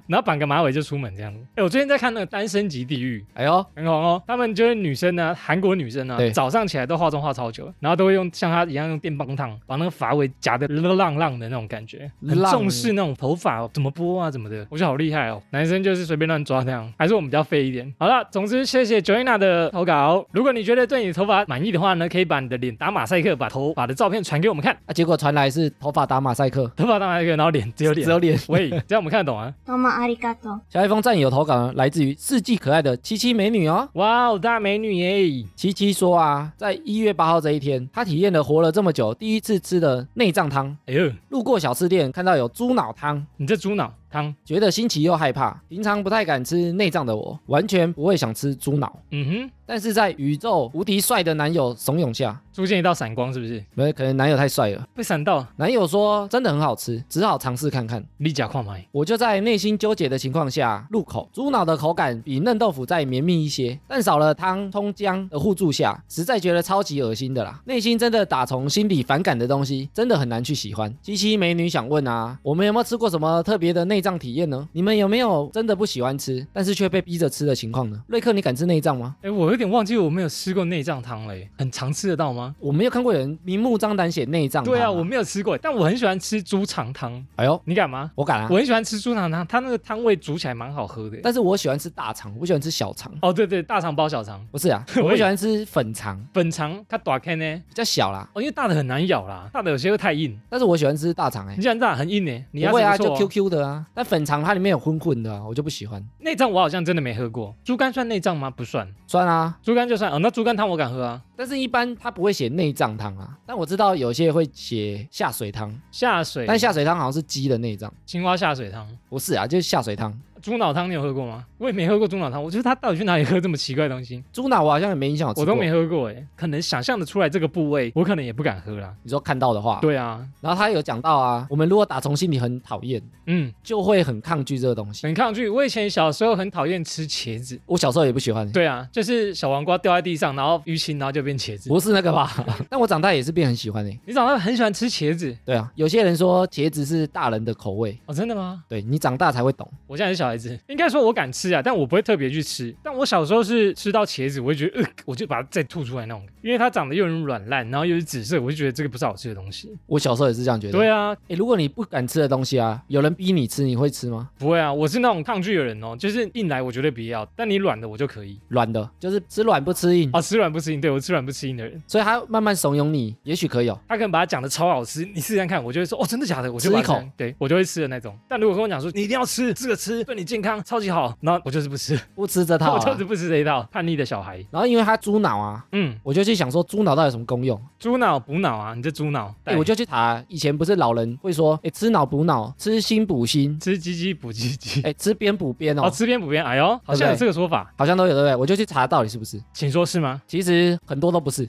Speaker 1: 然后绑个马尾就出门这样。哎，我最近在看那个《单身级地狱》，
Speaker 2: 哎呦，
Speaker 1: 很红哦。他们就是女生呢，韩国女生呢
Speaker 2: 对，
Speaker 1: 早上起来都化妆化超久，然后都会用像她一样用电棒烫把那个发尾夹的浪浪的那种感觉，很
Speaker 2: 浪
Speaker 1: 重视那种头发、哦、怎么拨啊怎么的，我觉得好厉害哦。男生就是随便乱抓那样，还是我们比较废一点。好了，总之谢谢 Joanna 的投稿。如果你觉得对你的头发满意的话呢，可以把你的脸打马赛克，把头发的照片传给我们看，
Speaker 2: 啊结果传来是头发打马赛克，
Speaker 1: 头发打马赛克，然后脸只有脸
Speaker 2: 只。有脸。
Speaker 1: 喂，这样我们看得懂啊！
Speaker 3: どうもありがとう。
Speaker 2: 小一峰战友投稿呢来自于世纪可爱的七七美女哦。
Speaker 1: 哇哦，大美女耶！
Speaker 2: 七七说啊，在一月八号这一天，她体验了活了这么久第一次吃的内脏汤。
Speaker 1: 哎呦，
Speaker 2: 路过小吃店，看到有猪脑汤，
Speaker 1: 你这猪脑汤，
Speaker 2: 觉得新奇又害怕。平常不太敢吃内脏的我，完全不会想吃猪脑。
Speaker 1: 嗯哼。
Speaker 2: 但是在宇宙无敌帅的男友怂恿下，
Speaker 1: 出现一道闪光，是不是？
Speaker 2: 没可能男友太帅了。
Speaker 1: 被闪到，
Speaker 2: 男友说真的很好吃，只好尝试看看。
Speaker 1: 你假矿买。
Speaker 2: 我就在内心纠结的情况下入口，猪脑的口感比嫩豆腐再绵密一些，但少了汤葱姜的互助下，实在觉得超级恶心的啦。内心真的打从心底反感的东西，真的很难去喜欢。七七美女想问啊，我们有没有吃过什么特别的内脏体验呢？你们有没有真的不喜欢吃，但是却被逼着吃的情况呢？瑞克，你敢吃内脏吗？
Speaker 1: 哎，我有点忘记我没有吃过内脏汤嘞，很常吃得到吗？
Speaker 2: 我没有看过有人明目张胆写内脏、
Speaker 1: 对啊，我，没有吃过，但我很喜欢吃猪肠汤。
Speaker 2: 哎呦，
Speaker 1: 你敢吗？
Speaker 2: 我敢啊
Speaker 1: 我，很喜欢吃猪肠汤，它那个汤味煮起来蛮好喝的。
Speaker 2: 但是我喜欢吃大肠，我不喜欢吃小肠。
Speaker 1: 哦，对对，大肠包小肠，
Speaker 2: 不是啊，
Speaker 1: 我
Speaker 2: 我
Speaker 1: 也
Speaker 2: 喜欢吃粉肠，
Speaker 1: 粉肠它打开呢，
Speaker 2: 比较小啦。
Speaker 1: 哦，因为大的很难咬啦，大的有些会太硬。
Speaker 2: 但是我喜欢吃大肠哎、
Speaker 1: 你想大很硬呢，你
Speaker 2: 不
Speaker 1: 牙齿
Speaker 2: 会啊，
Speaker 1: 错
Speaker 2: 就
Speaker 1: 哦
Speaker 2: QQ 的啊。但粉肠它里面有混混的、啊，我就不喜欢。
Speaker 1: 内脏我好像真的没喝过，猪肝算内脏吗？不算，
Speaker 2: 酸啊，
Speaker 1: 猪肝就算。哦，那猪肝汤我敢喝啊。
Speaker 2: 但是一般它不会写内脏汤啊。但我知道有些会写下水汤，
Speaker 1: 下水，
Speaker 2: 但下水汤好像是鸡的内脏，
Speaker 1: 青蛙下水汤，
Speaker 2: 不是啊，就是下水汤。
Speaker 1: 猪脑汤你有喝过吗？我也没喝过猪脑汤，我觉得他到底去哪里喝这么奇怪的东西，
Speaker 2: 猪脑我好像也没印象，
Speaker 1: 我都没。喝过哎、可能想象的出来这个部位，我可能也不敢喝啦。
Speaker 2: 你说看到的话，。
Speaker 1: 对啊，
Speaker 2: 然后他有讲到啊，我们如果打从心里很讨厌，
Speaker 1: 嗯，
Speaker 2: 就会很抗拒这个东西。
Speaker 1: 很抗拒。我以前小时候很讨厌吃茄子，
Speaker 2: 我小时候也不喜欢，欸
Speaker 1: 对啊，就是小黄瓜掉在地上，然后淤青，然后就变茄子。
Speaker 2: 不是那个吧？ 但我长大也是变很喜欢诶、欸
Speaker 1: 你长大很喜欢吃茄子
Speaker 2: 对啊，有些人说茄子是大人的口味，
Speaker 1: 哦？真的吗？
Speaker 2: 对你长大才会懂。
Speaker 1: 我现在是小孩子，应该说我敢吃啊，但我不会特别去吃。但我小时候是吃到茄子，我会觉得，呃，我就把它再吐出来那种，因为它长得又很软烂，然后又是紫色，我就觉得这个不是好吃的东西。
Speaker 2: 我小时候也是这样觉得。
Speaker 1: 对啊，
Speaker 2: 诶如果你不敢吃的东西啊，有人逼你吃，你会吃吗？
Speaker 1: 不会啊，我是那种抗拒的人哦，就是硬来我绝对不要，但你软的我就可以
Speaker 2: 软的，就是吃软不吃硬，
Speaker 1: 啊，吃软不吃硬，对我吃软不吃硬的人，
Speaker 2: 所以他慢慢怂恿你，也许可以哦。
Speaker 1: 他可能把它讲的超好吃，你试试看，我就会说哦，真的假的？我就把它
Speaker 2: 吃一口
Speaker 1: 讲，对我就会吃的那种。但如果跟我讲说你一定要吃，这个吃对你健康超级好，那我就是不吃，
Speaker 2: 不吃这套、
Speaker 1: 我就
Speaker 2: 啊
Speaker 1: 是。不吃这一套，叛逆的小孩。
Speaker 2: 然后因为他猪脑啊，
Speaker 1: 嗯，
Speaker 2: 我就去想说猪脑到底有什么功用？
Speaker 1: 猪脑补脑啊，你这猪脑，
Speaker 2: 哎、我就去查，以前不是老人会说，哎、吃脑补脑，吃心补心，
Speaker 1: 吃鸡鸡补鸡鸡，
Speaker 2: 哎、吃边补边哦，
Speaker 1: 哦，吃边补边，哎呦，好像有这个说法，
Speaker 2: 好像都有对不对？我就去查到底是不是，
Speaker 1: 请说是 吗？
Speaker 2: 其实很多都不是，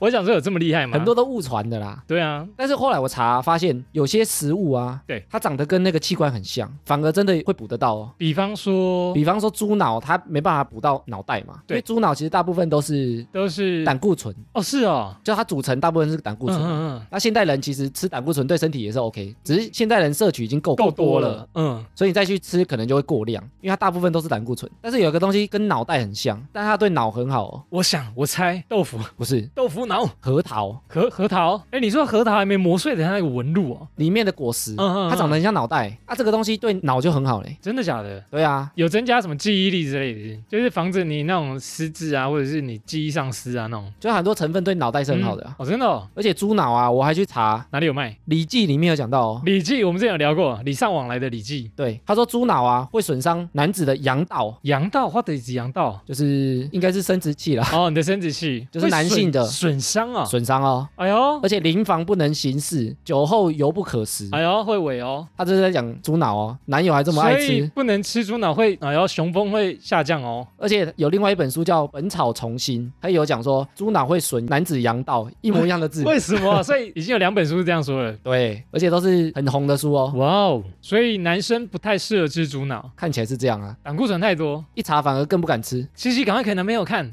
Speaker 1: 我想说有这么厉害吗？
Speaker 2: 很多都误传的啦。
Speaker 1: 对啊，
Speaker 2: 但是后来我查发现，有些食物啊，
Speaker 1: 对
Speaker 2: 它长得跟那个器官很像，反而真的会补得到哦。
Speaker 1: 比方说
Speaker 2: 比方说猪脑，它没办法补到脑袋嘛，因
Speaker 1: 对
Speaker 2: 为猪脑其实大部分都是
Speaker 1: 都是
Speaker 2: 胆固醇，
Speaker 1: 哦，是哦，
Speaker 2: 就它组成大部分是胆固
Speaker 1: 嗯
Speaker 2: 醇。
Speaker 1: 嗯嗯。
Speaker 2: 那现代人其实吃胆固醇对身体也是 OK，只是现代人摄取已经够
Speaker 1: 够
Speaker 2: 多
Speaker 1: 多了，嗯，
Speaker 2: 所以你再去吃可能就会过量，因为它大部分都是胆固醇。但是有一个东西跟脑袋很像，但它对脑很好哦，
Speaker 1: 我想我猜豆腐，
Speaker 2: 不是
Speaker 1: 豆腐脑，
Speaker 2: 核桃
Speaker 1: 核核桃，哎，你说核桃还没磨碎的它那个纹路哦，
Speaker 2: 里面的果实，
Speaker 1: 嗯嗯嗯
Speaker 2: 它长得很像脑袋啊，这个东西对脑就很好嘞。
Speaker 1: 真的假的？
Speaker 2: 对啊，
Speaker 1: 有增加什么记忆力之类的，就是防止你那种失智啊，或者是你记忆丧失啊那种，
Speaker 2: 就很多成分对脑袋是很好的啊、
Speaker 1: 嗯哦，真的哦，
Speaker 2: 而且猪脑啊，我还去查《
Speaker 1: 哪里有卖？
Speaker 2: 礼记》里面有讲到哦。
Speaker 1: 礼记我们之前有聊过，礼尚往来的礼记，
Speaker 2: 对，他说猪脑啊会损伤男子的阳道，
Speaker 1: 阳道或者是阳道，
Speaker 2: 就是应该是生殖器啦，
Speaker 1: 哦，你的生殖器
Speaker 2: 就是男性的
Speaker 1: 会损损伤啊，
Speaker 2: 损伤哦。
Speaker 1: 哎呦
Speaker 2: 而且临防不能行事，酒后犹不可食。
Speaker 1: 哎呦会萎哦，
Speaker 2: 他就是在讲猪脑哦，男友还这么爱
Speaker 1: 所以
Speaker 2: 吃。
Speaker 1: 不能吃猪脑会，哎呦雄风会下降哦，
Speaker 2: 而且有另外一本书叫《本草重新》，它有讲说猪脑会损男子阳道，一模一样的字。
Speaker 1: 为什 么？所以已经有两本书是这样说了。
Speaker 2: 对，而且都是很红的书哦，
Speaker 1: 哇哦，所以男生不太适合吃猪脑，
Speaker 2: 看起来是这样啊，
Speaker 1: 胆固醇太多。
Speaker 2: 一查反而更不敢吃。
Speaker 1: 七夕赶快给男朋友 看，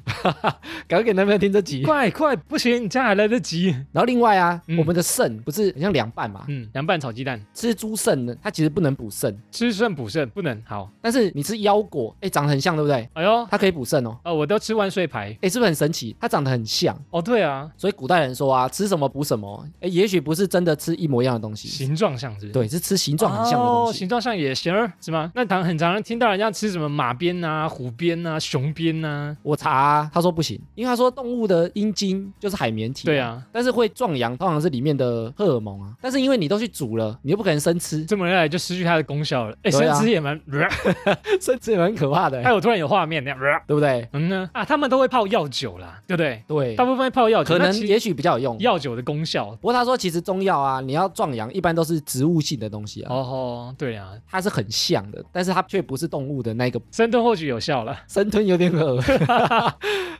Speaker 2: 赶快给男朋友听这集。
Speaker 1: 快快，不行，你这样还来得及。
Speaker 2: 然后另外啊，
Speaker 1: 嗯
Speaker 2: 我们的肾不是很像凉拌嘛，
Speaker 1: 嗯，凉拌炒鸡蛋，
Speaker 2: 吃猪肾呢，它其实不能补肾，
Speaker 1: 吃肾补肾不能。好，
Speaker 2: 但是你吃腰果，哎，长得很像，对不对？
Speaker 1: 哎呦，
Speaker 2: 它可以补肾哦。
Speaker 1: 哦，我都吃万岁牌。
Speaker 2: 哎，是不是很神奇？它长得很像，
Speaker 1: 哦，对啊，
Speaker 2: 所以古代人说啊，吃什么补什么。哎，也许不是真的吃一模一样的东西，
Speaker 1: 形状像是不是。
Speaker 2: 对，是吃形状很像的
Speaker 1: 哦，
Speaker 2: 东西。
Speaker 1: 形状像也行儿是吗？那常很常听到人家吃什么马鞭啊、虎鞭啊、熊鞭啊，
Speaker 2: 我查、他说不行，因为他说动物的阴茎就是海绵体，
Speaker 1: 对，啊，
Speaker 2: 但是会壮阳，通常是里面的荷尔蒙啊。但是因为你都去煮了，你又不可能生吃，
Speaker 1: 这么一来就失去它的功效了。哎，
Speaker 2: 对
Speaker 1: 生
Speaker 2: 啊
Speaker 1: 吃也蛮，
Speaker 2: 生吃也蛮可怕的、
Speaker 1: 哎，我突然有画面那样，
Speaker 2: 对不对？
Speaker 1: 嗯呢啊，他们都会泡药酒啦，对不对？
Speaker 2: 对
Speaker 1: 大，部分会泡药酒，
Speaker 2: 可
Speaker 1: 那
Speaker 2: 能
Speaker 1: 其实
Speaker 2: 也许比较有用。
Speaker 1: 药酒的功效。
Speaker 2: 不过他说，其实中药啊，你要壮阳，一般都是植物性的东西啊，
Speaker 1: 哦吼，对啊，
Speaker 2: 它是很像的，但是它却不是动物的那个
Speaker 1: 深蹲或许有效了。
Speaker 2: 生吞有点 恶。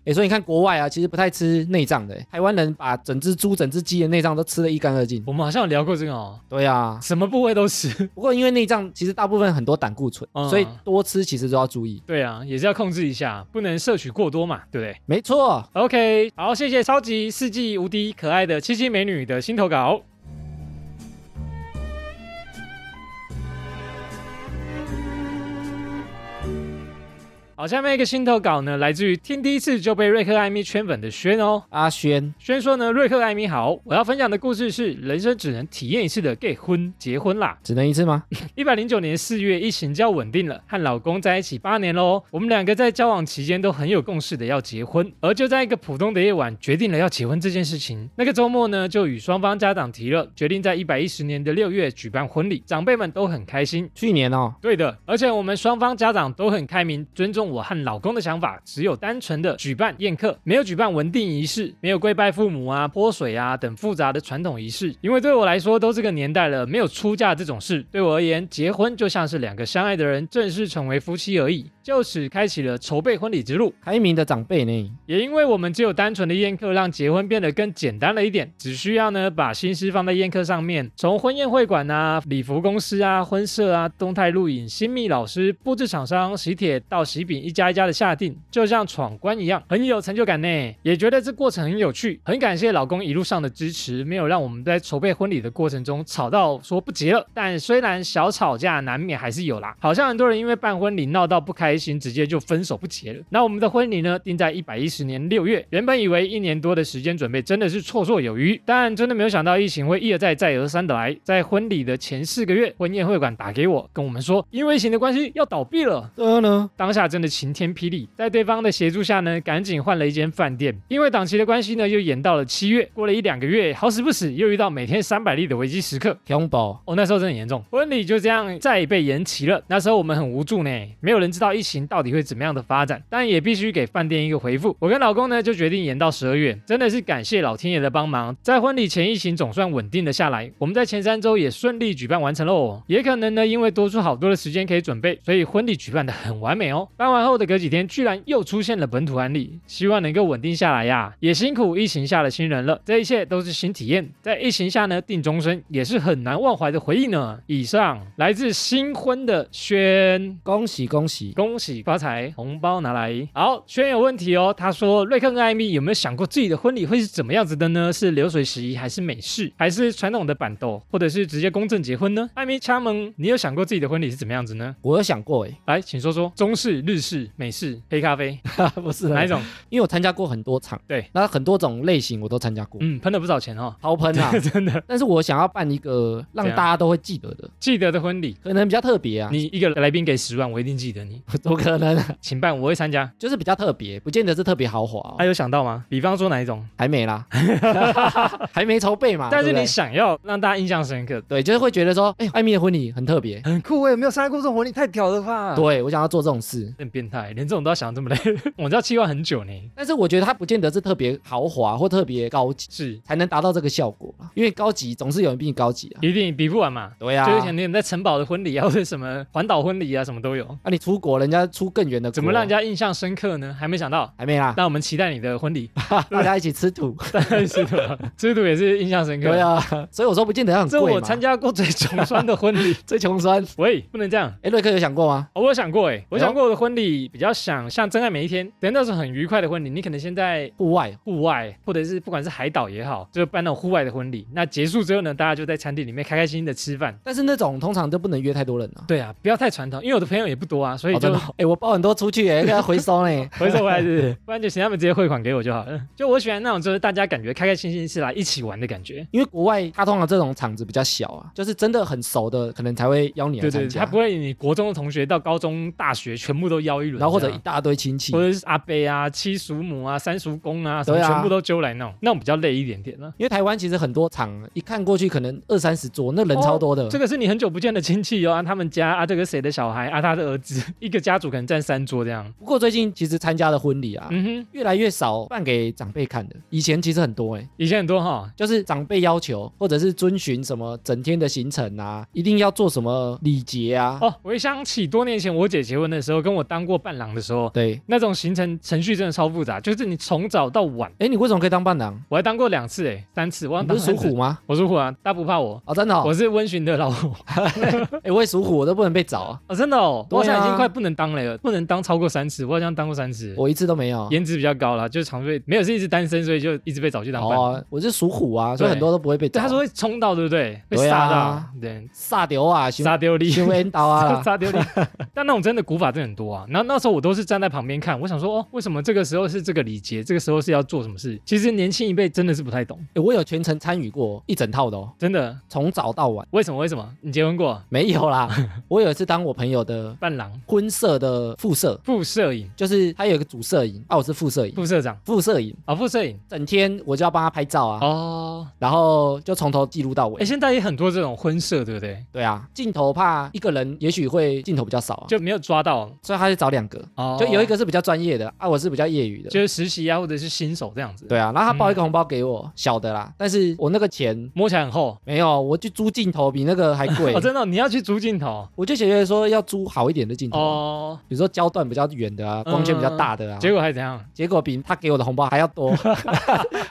Speaker 2: 哎，所以你看国外啊，其实不太吃内脏的，欸台湾人把整只猪、整只鸡的内脏都吃得一干二净。
Speaker 1: 我们好像有聊过这个哦，
Speaker 2: 对啊，
Speaker 1: 什么部位都吃。
Speaker 2: 不过因为内脏其实大部分很多胆固醇，
Speaker 1: 嗯
Speaker 2: 所以多吃其实都要注意。
Speaker 1: 对啊，也是要控制一下，不能摄取过多嘛，对不对
Speaker 2: 没错，
Speaker 1: ？OK，好，谢谢超级世纪无敌可爱的七七美女的新投稿。好，下面一个新投稿呢，来自于听第一次就被瑞克艾米圈粉的轩哦。
Speaker 2: 阿轩，
Speaker 1: 轩说呢，瑞克艾米好，我要分享的故事是人生只能体验一次的 gay 婚结婚啦。
Speaker 2: 只能一次吗？
Speaker 1: 一百零九年四月，疫情较稳定了，和老公在一起八年喽。我们两个在交往期间都很有共识的要结婚，而就在一个普通的夜晚，决定了要结婚这件事情。那个周末呢，就与双方家长提了，决定在一百一十年的六月举办婚礼，长辈们都很开心。
Speaker 2: 去年哦，
Speaker 1: 对的，而且我们双方家长都很开明，尊重我和老公的想法只有单纯的举办宴客，没有举办文定仪式，没有跪拜父母啊、泼水啊等复杂的传统仪式。因为对我来说，都这个年代了，没有出嫁这种事。对我而言，结婚就像是两个相爱的人正式成为夫妻而已。就此开启了筹备婚礼之路。
Speaker 2: 开明的长辈呢？
Speaker 1: 也因为我们只有单纯的宴客，让结婚变得更简单了一点，只需要呢把心思放在宴客上面，从婚宴会馆啊、礼服公司啊、婚摄啊、动态录影、新密老师、布置厂商、喜帖到喜饼一家一家的下定，就像闯关一样，很有成就感呢。也觉得这过程很有趣，很感谢老公一路上的支持，没有让我们在筹备婚礼的过程中吵到说不结了。但虽然小吵架难免还是有啦，好像很多人因为办婚礼闹到不开心，直接就分手不结了。那我们的婚礼呢，定在一百一十年六月，原本以为一年多的时间准备真的是绰绰有余，但真的没有想到疫情会一而再再而三的来。在婚礼的前四个月，婚宴会馆打给我，跟我们说因为疫情的关系要倒闭了。
Speaker 2: 这呢？
Speaker 1: 当下真的晴天霹雳，在对方的协助下呢，赶紧换了一间饭店。因为档期的关系呢，又延到了七月。过了一两个月，好死不死又遇到每天三百例的危机时刻。
Speaker 2: 恐怖，
Speaker 1: 哦，那时候真的很严重，婚礼就这样再被延期了。那时候我们很无助呢，没有人知道疫情到底会怎么样的发展，但也必须给饭店一个回复。我跟老公呢就决定延到十二月，真的是感谢老天爷的帮忙，在婚礼前疫情总算稳定了下来，我们在前三周也顺利举办完成喽。也可能呢因为多出好多的时间可以准备，所以婚礼举办的很完美哦。办完后的隔几天，居然又出现了本土案例，希望能够稳定下来呀。也辛苦疫情下的新人了，这一切都是新体验，在疫情下呢定终身也是很难忘怀的回忆呢。以上来自新婚的轩。
Speaker 2: 恭喜恭喜！
Speaker 1: 恭喜发财，红包拿来。好，轩有问题哦，他说瑞克跟艾米有没有想过自己的婚礼会是怎么样子的呢？是流水席，还是美式，还是传统的板豆，或者是直接公证结婚呢？艾米掐门，你有想过自己的婚礼是怎么样子呢？
Speaker 2: 我有想过哎，
Speaker 1: 来，请说说中式、日式、美式、黑咖 啡
Speaker 2: 不是
Speaker 1: 哪
Speaker 2: 哪
Speaker 1: 一
Speaker 2: 一种？
Speaker 1: 种？
Speaker 2: 因为我参加过很多场，
Speaker 1: 啊对，
Speaker 2: 那很多种类型我都参加过，
Speaker 1: 嗯，喷了不少钱 哦，
Speaker 2: 超喷啊！
Speaker 1: 真的。
Speaker 2: 但是我想要办一个让
Speaker 1: 怎样
Speaker 2: 大家都会记得的，
Speaker 1: 记得的婚礼，
Speaker 2: 可能比较特别啊，
Speaker 1: 你一个来宾给十万，我一定记得你，
Speaker 2: 怎么可能啊？
Speaker 1: 请办，我会参加。
Speaker 2: 就是比较特别，不见得是特别豪华哦、
Speaker 1: 他有想到吗？比方说哪一种？
Speaker 2: 还 没啦，还没筹备嘛。
Speaker 1: 但是
Speaker 2: 对不
Speaker 1: 你
Speaker 2: 对
Speaker 1: 想要让大家印象深刻，
Speaker 2: 对，就是会觉得说，哎、艾米的婚礼很特别，
Speaker 1: 很酷，我欸也没有参加过这种婚礼，太屌了吧？
Speaker 2: 对我想要做这种事。
Speaker 1: 很变态，连这种都要想这么累， 我知道计划很久呢。
Speaker 2: 但是我觉得它不见得是特别豪华或特别高级
Speaker 1: 是，
Speaker 2: 才能达到这个效果啦，因为高级总是有人比你高级啊。
Speaker 1: 一定比不完嘛。
Speaker 2: 对啊，
Speaker 1: 就是前天在城堡的婚礼啊，或者什么环岛婚礼啊，什么都有。
Speaker 2: 啊，你出国人家出更远的国，
Speaker 1: 怎么让人家印象深刻呢？还没想到。
Speaker 2: 还没 啦？
Speaker 1: 那我们期待你的婚 礼，
Speaker 2: 大家一起吃土，
Speaker 1: 但是制度也是印象深刻。
Speaker 2: 对，啊，所以我说不见得要很
Speaker 1: 这
Speaker 2: 贵
Speaker 1: 我
Speaker 2: 嘛。
Speaker 1: 参加过最穷酸的婚 礼。
Speaker 2: 最穷酸，
Speaker 1: 喂，不能这样。
Speaker 2: 哎，瑞克有想过吗？
Speaker 1: 哦、我有想过哎，我想过我的婚礼比较想像真爱每一天，等那种很愉快的婚礼，你可能先在
Speaker 2: 户外哦
Speaker 1: 户外，或者是不管是海岛也好，就是办那种户外的婚礼。那结束之后呢，大家就在餐厅里面开开心心的吃饭。
Speaker 2: 但是那种通常都不能约太多人啊。
Speaker 1: 对啊，不要太传统，因为我的朋友也不多啊，所以
Speaker 2: 哦，
Speaker 1: 就
Speaker 2: 真的哦，哎，我包很多出去，哎，跟他回收呢。
Speaker 1: 回收回 来是不是，不然就请他们直接汇款给我就好了。就我喜欢那种就是大家感觉开开心心是来一起玩的感觉。
Speaker 2: 因为国外他通常这种场子比较小啊，就是真的很熟的，可能才会邀你来
Speaker 1: 对
Speaker 2: 参
Speaker 1: 对，
Speaker 2: 加。
Speaker 1: 他不会你国中的同学到高中、大学全部都邀一轮这样，
Speaker 2: 然后或者一大堆亲戚
Speaker 1: 或，者是阿伯啊、七叔母啊、三叔公啊，什么
Speaker 2: 对啊
Speaker 1: 全部都揪来弄，那种比较累一点啊点了。
Speaker 2: 因为台湾其实很多场一看过去可能二三十桌，那人超多的。
Speaker 1: 哦这个是你很久不见的亲戚哦，啊，他们家啊，这个谁的小孩啊，他的儿子，一个家族可能占三桌这样。
Speaker 2: 不过最近其实参加的婚礼啊，
Speaker 1: 嗯哼，
Speaker 2: 越来越少办给长辈看的，以前其实很多哎、
Speaker 1: 以前很多哈，
Speaker 2: 就是长辈要求，或者是遵循什么整天的行程啊，一定要做什么礼节啊，
Speaker 1: 哦，我一想起多年前我姐结婚的时候，跟我当过伴郎的时候，
Speaker 2: 对。
Speaker 1: 那种行程程序真的超复杂，就是你从早到晚，
Speaker 2: 哎，你为什么可以当伴郎？
Speaker 1: 我还当过两次哎，三次，我好
Speaker 2: 你
Speaker 1: 像当
Speaker 2: 不是属
Speaker 1: 三次
Speaker 2: 虎，吗？
Speaker 1: 我属虎啊，大家不怕我。
Speaker 2: 哦，真的、哦
Speaker 1: 我，是温驯的老虎
Speaker 2: 哎，我也属虎，我都不能被找啊，
Speaker 1: 哦，真的哦，
Speaker 2: 对啊
Speaker 1: 我好像已经快不能当了，不能当超过三次，我好像当过三次，
Speaker 2: 我一次都没有。
Speaker 1: 颜值比较高啦，就是常被没有是一直单身，所以就一直被找去当伴郎。
Speaker 2: 哦，我是属虎啊，所以
Speaker 1: 对
Speaker 2: 很多都不会被
Speaker 1: 对，
Speaker 2: 找。
Speaker 1: 他说会冲到，对不对？被
Speaker 2: 对
Speaker 1: 杀
Speaker 2: 啊
Speaker 1: 到，对，
Speaker 2: 撒丢啊，行
Speaker 1: 杀丢力，
Speaker 2: 行为引导啊啦，
Speaker 1: 杀 丢力。但那种真的古法真的很多啊。然后那时候我都是站在旁边看，我想说，哦，为什么这个时候是这个礼节，这个时候是要做什么事？其实年轻一辈真的是不太懂，
Speaker 2: 诶我有全程参与过一整套的哦，
Speaker 1: 真的。
Speaker 2: 从早到晚
Speaker 1: 为什么？为什么？你结婚过？
Speaker 2: 没 有啦。我有一次当我朋友的
Speaker 1: 伴郎、
Speaker 2: 婚摄的副摄，
Speaker 1: 副摄影、
Speaker 2: 就是他有一个主摄影，啊，我是副摄影，
Speaker 1: 副社长
Speaker 2: 副摄影
Speaker 1: 啊、副摄影
Speaker 2: 整天我就要帮他拍照啊，
Speaker 1: 哦。
Speaker 2: 然后就从头记录到
Speaker 1: 哎、
Speaker 2: 尾。
Speaker 1: 现在也很多这种婚摄，对不对？
Speaker 2: 对啊，镜头怕一个人也许会镜头比较少啊，
Speaker 1: 就没有抓到。
Speaker 2: 所以他就找两个，
Speaker 1: 哦
Speaker 2: 就有一个是比较专业的啊，我是比较业余的。
Speaker 1: 就是嗯实习啊，或者是新手这样子。，
Speaker 2: 对啊，然后他包一个红包给我，小的啦，但是我那个钱
Speaker 1: 摸起来很厚。
Speaker 2: 没有，我去租镜头比那个还 贵
Speaker 1: 哦，，真的哦、你要去租镜头
Speaker 2: 我就觉得说要租好一点的镜头，
Speaker 1: 哦，嗯
Speaker 2: 比如说焦段比较远的啊，光圈比较大的啊，
Speaker 1: 结果还怎样？
Speaker 2: 结果比他给我的红包还 要多，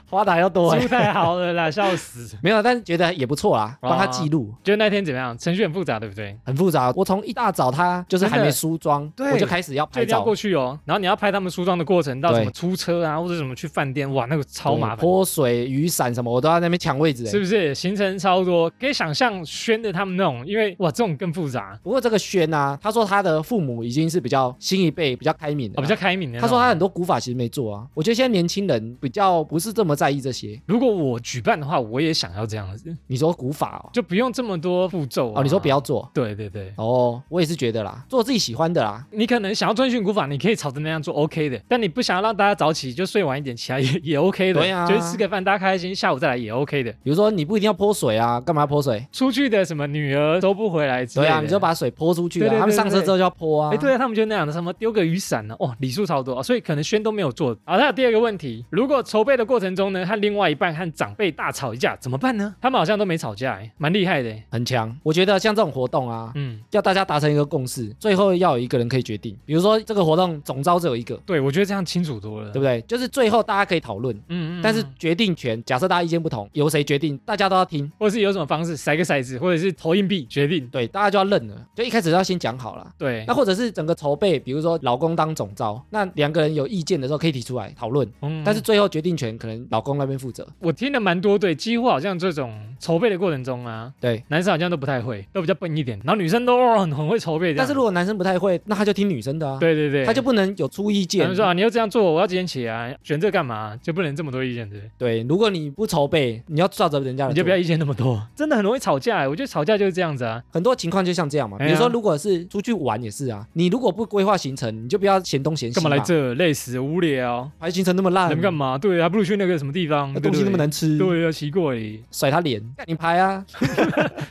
Speaker 2: 花的还要多、
Speaker 1: 租
Speaker 2: 欸。
Speaker 1: 太好了啦，笑死！
Speaker 2: 没有，但是觉得也不错啦，
Speaker 1: 哦
Speaker 2: 帮他记录。
Speaker 1: 就那天怎么样？程序很复杂，对不对？
Speaker 2: 很复杂，我从一大早他就是还
Speaker 1: 真
Speaker 2: 没
Speaker 1: 的
Speaker 2: 梳妆，
Speaker 1: 对
Speaker 2: 我就开始要
Speaker 1: 就
Speaker 2: 拍
Speaker 1: 一定要
Speaker 2: 照，
Speaker 1: 过去哦，然后你要拍他们梳妆的过程，到
Speaker 2: 对
Speaker 1: 什么出车啊，或者什么去饭店，哇，那个超
Speaker 2: 对
Speaker 1: 麻烦，
Speaker 2: 泼水、雨伞什么，我都要在那边抢位置、欸。
Speaker 1: 是不是？行程超多，可以想象宣的他们那种，因为哇，这种更复杂，
Speaker 2: 不过这个轩啊，他说他的父母已经是比较新一辈、比较开明的
Speaker 1: 哦，
Speaker 2: 啦、
Speaker 1: 比较开明的。
Speaker 2: 他说他很，多古法其实没做啊。我觉得现在年轻人比较不是这么在意这些。
Speaker 1: 如果我举办的话，我也想要这样子，
Speaker 2: 你说古法哦，
Speaker 1: 就不用这么多步骤、啊。
Speaker 2: 哦你说不？要做
Speaker 1: 对对对。
Speaker 2: 哦，我也是觉得啦，做自己喜欢的啦。
Speaker 1: 你可能想要遵循古法，你可以朝着那样做，OK 的。但你不想要让大家早起，就睡晚一点起来也 也 OK 的。
Speaker 2: 对啊
Speaker 1: 就是吃个饭，大家开心，下午再来也 OK 的。
Speaker 2: 比如说你不一定要泼水啊，干嘛泼水？
Speaker 1: 出去的什么女儿都不回来之类
Speaker 2: 对
Speaker 1: 的。
Speaker 2: 啊，你就把水泼出去
Speaker 1: 对
Speaker 2: 啊。
Speaker 1: 对
Speaker 2: 他们
Speaker 1: 对
Speaker 2: 上车
Speaker 1: 对
Speaker 2: 之后就要泼啊。
Speaker 1: 哎、对啊，他们就那样的，什么丢个雨伞呢、哦，礼数超多、啊，所以可能宣都没有做。好，那第二个问题，如果筹备的过程中呢，和另外一半和长辈大吵一架怎么办呢？他们好像都没吵架、哎，蛮厉害的、哎
Speaker 2: 很强。我觉得像这种活动啊，
Speaker 1: 嗯，
Speaker 2: 要大家达成一个共识，最后要有一个人可以决定。比如说这个活动总招只有一个，
Speaker 1: 对，我觉得这样清楚多了，
Speaker 2: 对不
Speaker 1: 不对？
Speaker 2: 对？就是最后大家可以讨论，
Speaker 1: 嗯嗯
Speaker 2: 但是
Speaker 1: 嗯
Speaker 2: 决定权，假设大家意见不同，由谁决定，大家都要听。
Speaker 1: 或是有什么方式，甩个骰子，或者是投硬币决定。
Speaker 2: 对，大家就要认了，就一开始要先讲好了。
Speaker 1: 对
Speaker 2: 那，或者是整个筹备，比如说老公当总招，那两个人有意见的时候可以提出来讨论，
Speaker 1: 嗯
Speaker 2: 但是最后决定权可能老公那边负责。
Speaker 1: 我听了蛮多对，几乎好像这种筹备的过程中啊，
Speaker 2: 对，
Speaker 1: 男生好像都不太会，都比较笨一点，然后女生都哦很很会筹备这样。
Speaker 2: 但是如果男生不太会，那他就听女生的啊，
Speaker 1: 对对对，
Speaker 2: 他就不能有出意
Speaker 1: 他
Speaker 2: 见
Speaker 1: 们。说啊，你要这样做，我要几点起来，选这干嘛，就不能这么多意见，对不对？
Speaker 2: 对，如果你不筹备，你要照着人家的
Speaker 1: 你就
Speaker 2: 做
Speaker 1: 不要意见那么 多，真的很容易吵架欸。我觉得吵架就是这样子啊，
Speaker 2: 很多情况就像这样嘛，比如
Speaker 1: 哎呀
Speaker 2: 说如果是出去玩也是啊，你如果不规划行程，你就不要嫌东嫌西
Speaker 1: 干嘛
Speaker 2: 嘛。
Speaker 1: 来这累死无聊，
Speaker 2: 排行程那么烂，
Speaker 1: 能干嘛？对，还不如啊去那个什么地方，
Speaker 2: 那
Speaker 1: 对
Speaker 2: 东西
Speaker 1: 不
Speaker 2: 那么
Speaker 1: 对
Speaker 2: 难吃，
Speaker 1: 对啊，奇怪 欸，
Speaker 2: 甩他脸，干你排啊，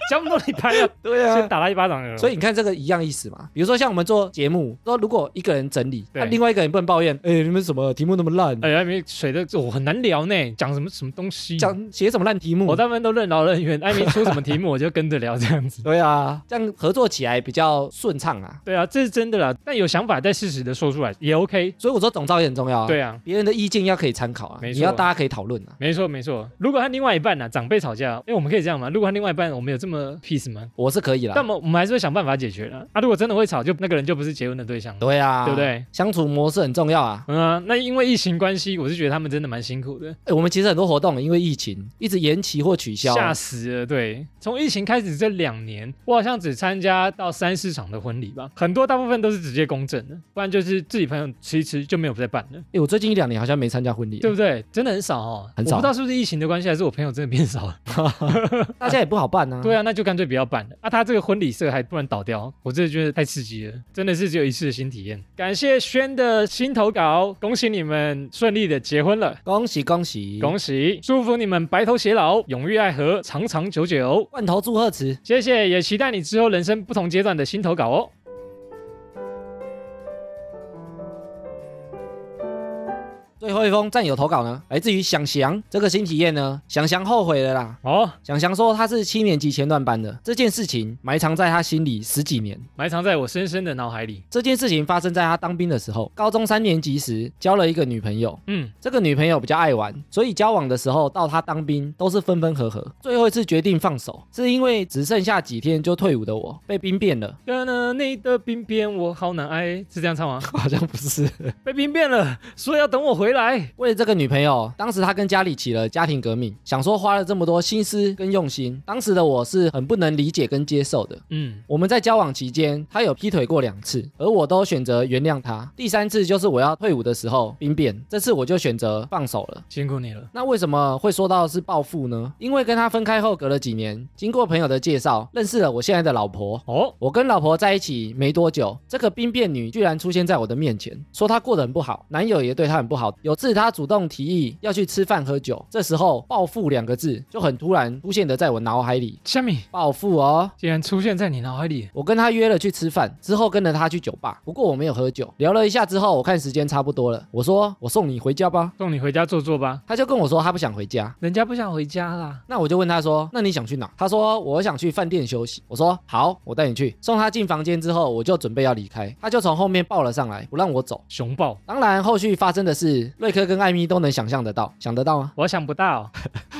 Speaker 1: 讲不到你拍了，
Speaker 2: 对
Speaker 1: 先。打他一巴掌了。
Speaker 2: 所以你看这个一样意思嘛，比如说像我们做节目，说如果一个人整理，啊
Speaker 1: 对
Speaker 2: 那另外一个人不能抱怨，哎，你们什么题目那么烂，
Speaker 1: 哎，艾米水的，我很难聊呢，讲什么什么东西，
Speaker 2: 讲嗯写什么烂题目
Speaker 1: 我，大部分都任劳任怨，艾米出什么题目我就跟着聊这样子。
Speaker 2: 对啊，这样合作起来比较顺畅啊。
Speaker 1: 对啊，这是真的啦，但有想法再适时的说出来也 OK。
Speaker 2: 所以我说总招也很重要啊，
Speaker 1: 对，啊，
Speaker 2: 别人的意见要可以参考啊，
Speaker 1: 没
Speaker 2: 你
Speaker 1: 错
Speaker 2: 要大家可以讨论啊。
Speaker 1: 没错没错。如果和另外一半呢、啊、长辈吵架，因为我们可以这样嘛，如果和另外一半我们有这么 peace 吗？
Speaker 2: 我是可以啦
Speaker 1: 但，我们我们还是会想办法解决的。啊，如果真的会吵，就那个人就不是结婚的对象，
Speaker 2: 对啊，
Speaker 1: 对不？对？
Speaker 2: 相处模式很重要啊。
Speaker 1: 嗯啊、那因为疫情关系，我是觉得他们真的蛮辛苦的，
Speaker 2: 哎、我们其实很多活动因为疫情一直延期或取消，啊
Speaker 1: 吓死了。对，从疫情开始这两年，我好像只参加到三四场的婚礼吧，很多大部分都是直接公证的，不然就是自己朋友吃一吃就没有再办了，
Speaker 2: 哎、我最近一两年好像没参加婚礼，啊
Speaker 1: 对不对？真的很少哦，
Speaker 2: 很少
Speaker 1: 我不知道是不是疫情的关系，还是我朋友真的变少了。
Speaker 2: 大家也不好办啊。
Speaker 1: 对啊，那就干脆不要办了。啊，他这个婚礼社还突然倒掉，我真的觉得太刺激了，真的是只有一次的新体验。感谢轩的新投稿，恭喜你们顺利的结婚了，
Speaker 2: 恭喜恭喜！
Speaker 1: 恭喜，祝福你们白头偕老，永浴爱河，长长久久。
Speaker 2: 罐头祝贺词，
Speaker 1: 谢谢，也期待你之后人生不同阶段的新投稿哦。
Speaker 2: 最后一封战友投稿呢，来自于想翔这个新体验呢，想翔后悔了啦。
Speaker 1: 哦，
Speaker 2: 想翔说他是七年级前段班的，这件事情埋藏在他心里十几年。
Speaker 1: 埋藏在我深深的脑海里。
Speaker 2: 这件事情发生在他当兵的时候，高中三年级时交了一个女朋友，
Speaker 1: 嗯，
Speaker 2: 这个女朋友比较爱玩，所以交往的时候到她当兵都是分分合合。最后一次决定放手，是因为只剩下几天就退伍的我被兵变了，
Speaker 1: 看了你的鬓边，我好难挨，是这样唱吗？
Speaker 2: 好像不是。
Speaker 1: 被兵变了，说要等我回来。
Speaker 2: 为了这个女朋友，当时他跟家里起了家庭革命，想说花了这么多心思跟用心，当时的我是很不能理解跟接受的。
Speaker 1: 嗯，
Speaker 2: 我们在交往期间，他有劈腿过两次，而我都选择原谅他。第三次就是我要退伍的时候兵变，这次我就选择放手了。
Speaker 1: 辛苦你了。
Speaker 2: 那为什么会说到是报复呢？因为跟他分开后隔了几年，经过朋友的介绍，认识了我现在的老婆。
Speaker 1: 哦，
Speaker 2: 我跟老婆在一起没多久，这个兵变女居然出现在我的面前，说她过得很不好，男友也对她很不好，有有次他主动提议要去吃饭喝酒，这时候“暴富”两个字就很突然出现的在我脑海里。
Speaker 1: 虾米
Speaker 2: 暴富哦，
Speaker 1: 竟然出现在你脑海里，
Speaker 2: 我跟他约了去吃饭，之后跟着他去酒吧，不过我没有喝酒。聊了一下之后，我看时间差不多了，我说我送你回家吧。
Speaker 1: 送你回家坐坐吧。
Speaker 2: 他就跟我说他不想回家，
Speaker 1: 人家不想回家啦，
Speaker 2: 那我就问他说：“那你想去哪？”他说：“我想去饭店休息。”我说：“好，我带你去。”送他进房间之后，我就准备要离开，他就从后面抱了上来，不让我走。
Speaker 1: 熊抱，
Speaker 2: 当然，后续发生的事，瑞克跟艾米都能想象得到，想得到吗？
Speaker 1: 我想不 到，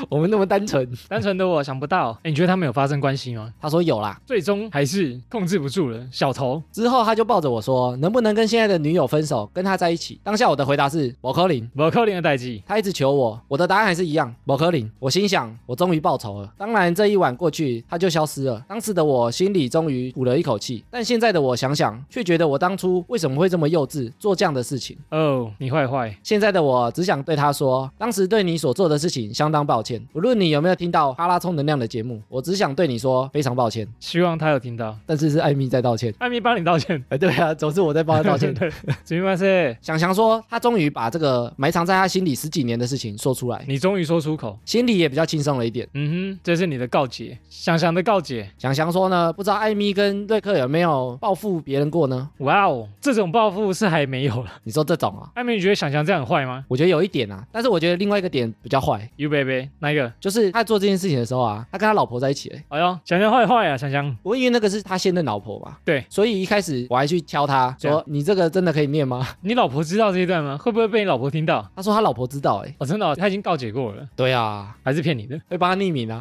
Speaker 2: 我们那么单纯。
Speaker 1: 单纯的我想不到。哎，你觉得他们有发生关系吗？
Speaker 2: 他说有啦，
Speaker 1: 最终还是控制不住了，小头
Speaker 2: 之后他就抱着我说：“能不能跟现在的女友分手，跟他在一起？”当下我的回答是：“某科林。”
Speaker 1: 不扣零的代际，
Speaker 2: 他一直求我，我的答案还是一样，某科林。我心想，我终于报仇了。当然，这一晚过去，他就消失了。当时的我心里终于吐了一口气，但现在的我想想，却觉得我当初为什么会这么幼稚，做这样的事情。
Speaker 1: 哦，你坏坏，
Speaker 2: 现在的我只想对他说，当时对你所做的事情相当抱歉。无论你有没有听到哈拉充能量的节目，我只想对你说非常抱歉。
Speaker 1: 希望他有听到。
Speaker 2: 但是是艾米在道歉。
Speaker 1: 艾米帮你道歉，
Speaker 2: 哎，对啊，总之我在帮他道 歉。
Speaker 1: 对，主任万岁，
Speaker 2: 想想说，他终于把这个埋藏在他心里十几年的事情说出来，
Speaker 1: 你终于说出口。
Speaker 2: 心里也比较轻松了一点。
Speaker 1: 嗯哼，这是你的告解，想想的告解。
Speaker 2: 想想说呢，不知道艾米跟瑞克有没有报复别人过呢？
Speaker 1: 哇哦，这种报复是还没有了。
Speaker 2: 你说这种啊，
Speaker 1: 艾米，你觉得想想这样很坏吗
Speaker 2: 我觉得有一点啊，但是我觉得另外一个点比较坏，
Speaker 1: ？You baby，那个？
Speaker 2: 就是他做这件事情的时候啊，他跟他老婆在一起、欸，
Speaker 1: 哎呦，想想坏坏啊，想想
Speaker 2: 我因为那个是他现任老婆嘛，
Speaker 1: 对，
Speaker 2: 所以一开始我还去敲他
Speaker 1: 对啊
Speaker 2: 说：“你这个真的可以念吗
Speaker 1: 你老婆知道这一段吗？会不会被你老婆听到？？”
Speaker 2: 他说他老婆知道、欸，哎，
Speaker 1: 哦，真的、哦，他已经告解过了，
Speaker 2: 对啊，
Speaker 1: 还是骗你的？
Speaker 2: 会帮他匿名啊，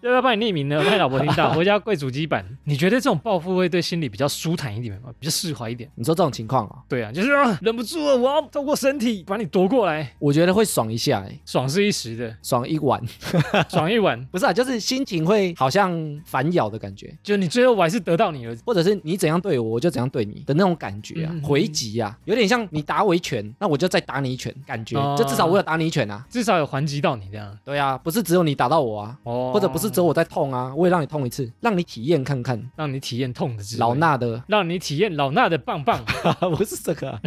Speaker 1: 要不要帮你匿名呢？怕你老婆听 到，回家跪主机板。你觉得这种报复会对心里比较舒坦一点吗？比较释怀一点？
Speaker 2: 你说这种情况啊，
Speaker 1: 对啊，就是、啊、忍不住了，我要透过身体把你夺过来，
Speaker 2: 我觉得会爽一下、欸，，
Speaker 1: 爽是一时的
Speaker 2: 爽一晚，
Speaker 1: 爽一晚，
Speaker 2: 不是啊，就是心情会好像反咬的感觉。
Speaker 1: 就你最后我还是得到你了。
Speaker 2: 或者是你怎样对我，我就怎样对你的那种感觉啊
Speaker 1: 嗯，
Speaker 2: 回击啊，有点像你打我一拳，那我就再打你一拳，感觉
Speaker 1: 哦
Speaker 2: 就至少我有打你一拳啊。
Speaker 1: 至少有还击到你这样，
Speaker 2: 对啊，不是只有你打到我啊，
Speaker 1: 哦
Speaker 2: 或者不是只有我在痛啊，我也让你痛一次，让你体验看看
Speaker 1: 让你体验痛的滋味
Speaker 2: 老，衲 的，
Speaker 1: 让你体验老衲的棒 棒，
Speaker 2: 不是这个啊、